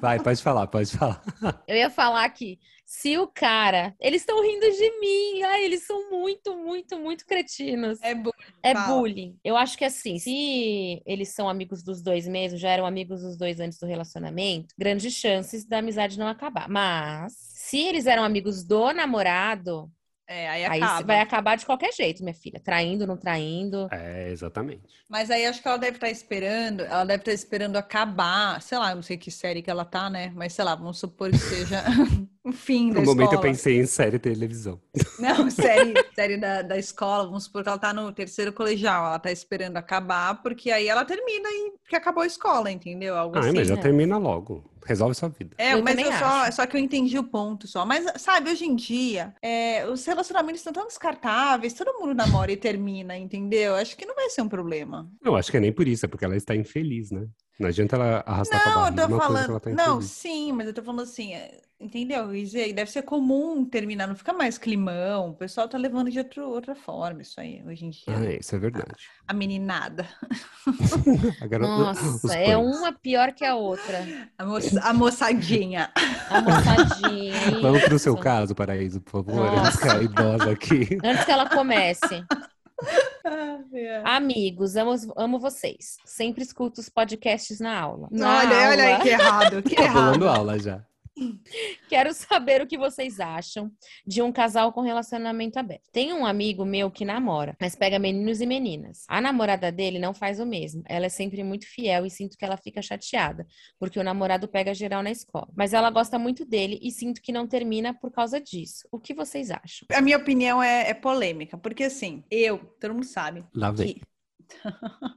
Speaker 3: Vai, pode falar, pode falar.
Speaker 2: Eu ia falar que se o cara. Eles estão rindo de mim. Ai, eles são muito, muito, muito cretinos.
Speaker 1: É bom.
Speaker 2: É
Speaker 1: fala.
Speaker 2: bullying. Eu acho que assim, se eles são amigos dos dois mesmo, já eram amigos dos dois antes do relacionamento, grandes chances da amizade não acabar. Mas, se eles eram amigos do namorado,
Speaker 1: É, aí
Speaker 2: aí
Speaker 1: acaba.
Speaker 2: vai acabar de qualquer jeito, minha filha. Traindo, não traindo.
Speaker 3: É, exatamente.
Speaker 1: Mas aí acho que ela deve estar esperando, ela deve estar esperando acabar, sei lá, eu não sei que série que ela tá, né? Mas sei lá, vamos supor que seja o fim da
Speaker 3: No momento eu
Speaker 1: escola.
Speaker 3: pensei em série e televisão.
Speaker 1: Não, série, série da, da escola, vamos supor que ela tá no terceiro colegial, ela tá esperando acabar, porque aí ela termina e porque acabou a escola, entendeu? Algo
Speaker 3: Ah,
Speaker 1: assim.
Speaker 3: mas já
Speaker 2: né?
Speaker 3: termina logo. Resolve sua vida.
Speaker 1: É,
Speaker 2: Eu
Speaker 1: mas
Speaker 2: também
Speaker 1: eu só,
Speaker 2: acho.
Speaker 1: só que eu entendi o ponto só. Mas, sabe, hoje em dia, é, os relacionamentos estão tão descartáveis, todo mundo namora e termina, entendeu? Acho que não vai ser um problema.
Speaker 3: Eu acho que é nem por isso, é porque ela está infeliz, né? Não adianta ela arrastar
Speaker 1: Não,
Speaker 3: pra
Speaker 1: eu
Speaker 3: barriga
Speaker 1: tô
Speaker 3: uma coisa que ela
Speaker 1: falando.
Speaker 3: tá
Speaker 1: não,
Speaker 3: infeliz.
Speaker 1: sim, mas eu tô falando assim, é, entendeu? Isso aí deve ser comum terminar, não fica mais climão. O pessoal tá levando de outro- outra forma isso aí, hoje em dia.
Speaker 3: Ah, é, isso é verdade.
Speaker 1: A meninada.
Speaker 3: A garota- os
Speaker 2: Nossa, é
Speaker 3: punks.
Speaker 2: uma pior que a outra.
Speaker 1: A, moça- a moçadinha.
Speaker 2: A moçadinha.
Speaker 3: Vamos pro seu
Speaker 2: isso.
Speaker 3: caso, Paraíso, por favor.
Speaker 2: Nossa.
Speaker 3: Antes que a idosa aqui.
Speaker 2: Antes que ela comece.
Speaker 1: Olha,
Speaker 2: Amigos, amo, amo vocês. Sempre escuto os podcasts na aula. Na
Speaker 1: olha
Speaker 2: aula.
Speaker 1: aí que errado, que
Speaker 3: Tá pulando
Speaker 1: errado.
Speaker 3: aula já.
Speaker 2: Quero saber o que vocês acham de um casal com relacionamento aberto. Tem um amigo meu que namora, mas pega meninos e meninas. A namorada dele não faz o mesmo. Ela é sempre muito fiel e sinto que ela fica chateada, porque o namorado pega geral na escola. Mas ela gosta muito dele e sinto que não termina por causa disso. O que vocês acham?
Speaker 1: A minha opinião é, é polêmica, porque assim, eu, todo mundo sabe,
Speaker 3: Lá vem.
Speaker 1: que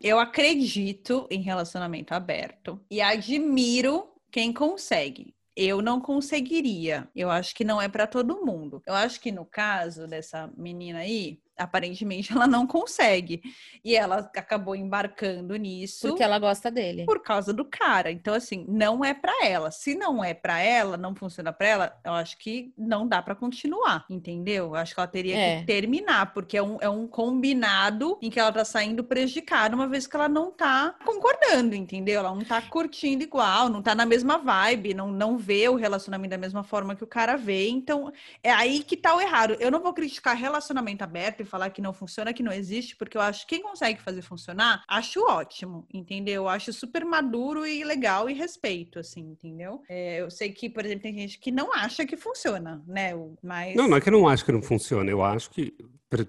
Speaker 1: eu acredito em relacionamento aberto e admiro quem consegue. Eu não conseguiria. Eu acho que não é para todo mundo. Eu acho que no caso dessa menina aí, aparentemente ela não consegue. E ela acabou embarcando nisso
Speaker 2: Porque ela gosta dele.
Speaker 1: por causa do cara. Então, assim, não é pra ela. Se não é pra ela, não funciona pra ela, eu acho que não dá pra continuar, entendeu? Eu acho que ela teria
Speaker 2: É.
Speaker 1: que terminar, porque é um, é um combinado em que ela tá saindo prejudicada, uma vez que ela não tá concordando, entendeu? Ela não tá curtindo igual, não tá na mesma vibe, não, não vê o relacionamento da mesma forma que o cara vê. Então, é aí que tá o errado. Eu não vou criticar relacionamento aberto e e falar que não funciona, que não existe, porque eu acho que quem consegue fazer funcionar, acho ótimo, entendeu? Eu acho super maduro e legal e respeito, assim, entendeu? É, eu sei que, por exemplo, tem gente que não acha que funciona, né? Mas.
Speaker 3: Não, não é que eu não acho que não funciona. Eu acho que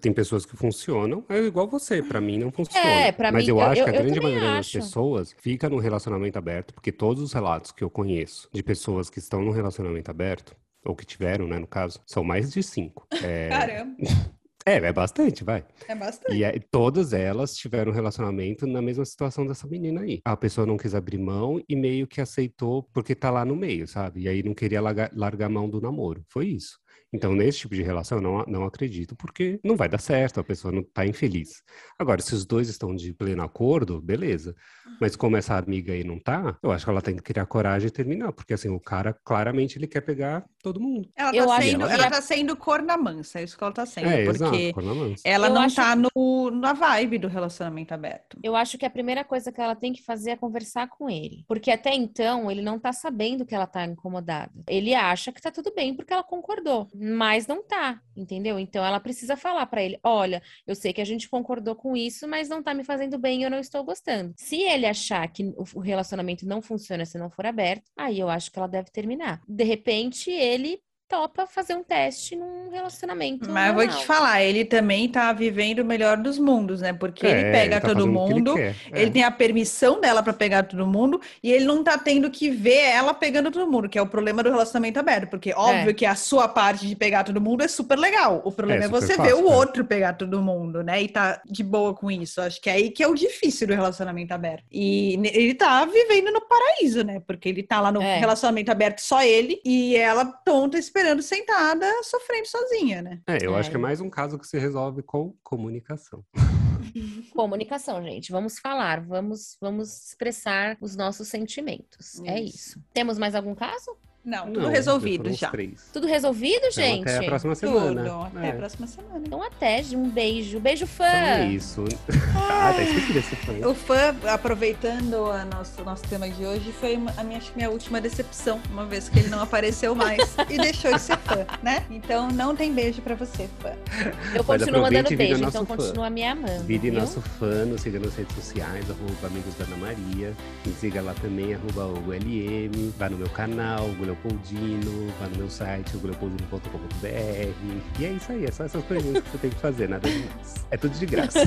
Speaker 3: tem pessoas que funcionam, é igual você, pra mim não funciona.
Speaker 2: É, pra
Speaker 3: Mas
Speaker 2: mim-
Speaker 3: eu
Speaker 2: eu-
Speaker 3: acho que a
Speaker 2: eu- eu
Speaker 3: grande
Speaker 2: também
Speaker 3: maioria das
Speaker 2: acho.
Speaker 3: pessoas fica num relacionamento aberto, porque todos os relatos que eu conheço de pessoas que estão num relacionamento aberto, ou que tiveram, né, no caso, são mais de cinco. É,
Speaker 1: Caramba,
Speaker 3: é, é bastante, vai.
Speaker 1: é bastante.
Speaker 3: E aí, todas elas tiveram um relacionamento na mesma situação dessa menina aí. A pessoa não quis abrir mão e meio que aceitou porque tá lá no meio, sabe? E aí não queria largar, largar a mão do namoro. Foi isso. Então, nesse tipo de relação, eu não, a- não acredito, porque não vai dar certo, a pessoa não tá infeliz. Agora, se os dois estão de pleno acordo, beleza.
Speaker 1: Uhum.
Speaker 3: Mas como essa amiga aí não tá, eu acho que ela tem que criar coragem e terminar, porque assim, o cara claramente ele quer pegar todo mundo.
Speaker 1: Ela
Speaker 2: Eu
Speaker 1: tá,
Speaker 2: acho
Speaker 1: sendo,
Speaker 3: que-
Speaker 1: ela tá sendo corna mansa, é isso que ela tá sendo,
Speaker 3: é,
Speaker 1: porque
Speaker 3: exato, corna mansa.
Speaker 1: ela
Speaker 2: Eu
Speaker 1: não
Speaker 2: acho-
Speaker 1: tá no, na vibe do relacionamento aberto.
Speaker 2: Eu acho que a primeira coisa que ela tem que fazer é conversar com ele. Porque até então ele não tá sabendo que ela tá incomodada. Ele acha que tá tudo bem porque ela concordou, mas não tá, entendeu? Então ela precisa falar pra ele: "Olha, eu sei que a gente concordou com isso, mas não tá me fazendo bem, eu não estou gostando". Se ele achar que o o relacionamento não funciona se não for aberto, aí eu acho que ela deve terminar. De repente ele topa fazer um teste num relacionamento.
Speaker 1: Mas eu vou te
Speaker 2: normal.
Speaker 1: falar, ele também tá vivendo o melhor dos mundos, né? Porque ele
Speaker 3: É,
Speaker 1: pega
Speaker 3: tá
Speaker 1: todo
Speaker 3: fazendo o que
Speaker 1: mundo,
Speaker 3: Ele, quer, é.
Speaker 1: Ele tem a permissão dela pra pegar todo mundo e ele não tá tendo que ver ela pegando todo mundo, que é o problema do relacionamento aberto,
Speaker 3: É.
Speaker 1: porque óbvio que a sua parte de pegar todo mundo é super legal. O problema
Speaker 3: É,
Speaker 1: é
Speaker 3: super
Speaker 1: você ver
Speaker 3: fácil,
Speaker 1: o
Speaker 3: é.
Speaker 1: outro pegar todo mundo, né? E tá de boa com isso. Acho que é aí que é o difícil do relacionamento aberto. E ne- ele tá vivendo no paraíso, né? Porque ele tá lá no
Speaker 2: É.
Speaker 1: relacionamento aberto só ele e ela tonta esperando sentada, sofrendo sozinha, né?
Speaker 3: É, eu acho que é
Speaker 2: É.
Speaker 3: mais um caso que se resolve com comunicação.
Speaker 2: Comunicação, gente. Vamos falar, vamos, vamos expressar os nossos sentimentos. É
Speaker 1: Isso.
Speaker 2: isso. Temos mais algum caso?
Speaker 1: Não, Tá tudo
Speaker 3: Não,
Speaker 1: resolvido
Speaker 3: foram os
Speaker 1: já. é.
Speaker 3: três.
Speaker 2: Tudo resolvido,
Speaker 3: Então,
Speaker 2: gente?
Speaker 3: até a próxima
Speaker 1: Tudo.
Speaker 3: semana.
Speaker 1: Até
Speaker 3: É,
Speaker 1: a próxima semana.
Speaker 2: Então até, Gi, um beijo. Beijo, fã!
Speaker 3: então é isso. Ah, tá esquecido esse fã.
Speaker 1: O fã, aproveitando o nosso, nosso tema de hoje, foi uma- a minha, acho que minha última decepção, uma vez que ele não apareceu mais e deixou de ser fã, né? Então não tem beijo pra você, fã.
Speaker 2: Eu continuo
Speaker 3: Mas aproveite
Speaker 2: mandando
Speaker 3: e vire
Speaker 2: beijo,
Speaker 3: nosso
Speaker 2: então
Speaker 3: fã.
Speaker 2: continua me amando.
Speaker 3: Vire
Speaker 2: viu?
Speaker 3: nosso fã, nos siga nas redes sociais, arroba amigos da Ana Maria. Me siga lá também, arroba OLM. Vá no meu canal, Guleopoldino. Vá no meu site, guleopoldino.com.br. E é isso aí, é só essas coisinhas que você tem que fazer, nada demais. É tudo de graça.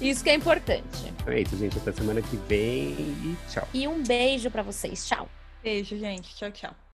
Speaker 2: Isso que é importante.
Speaker 3: Então é isso, gente. Até semana que vem e tchau.
Speaker 2: E um beijo pra vocês. Tchau!
Speaker 1: Beijo, gente. Tchau, tchau.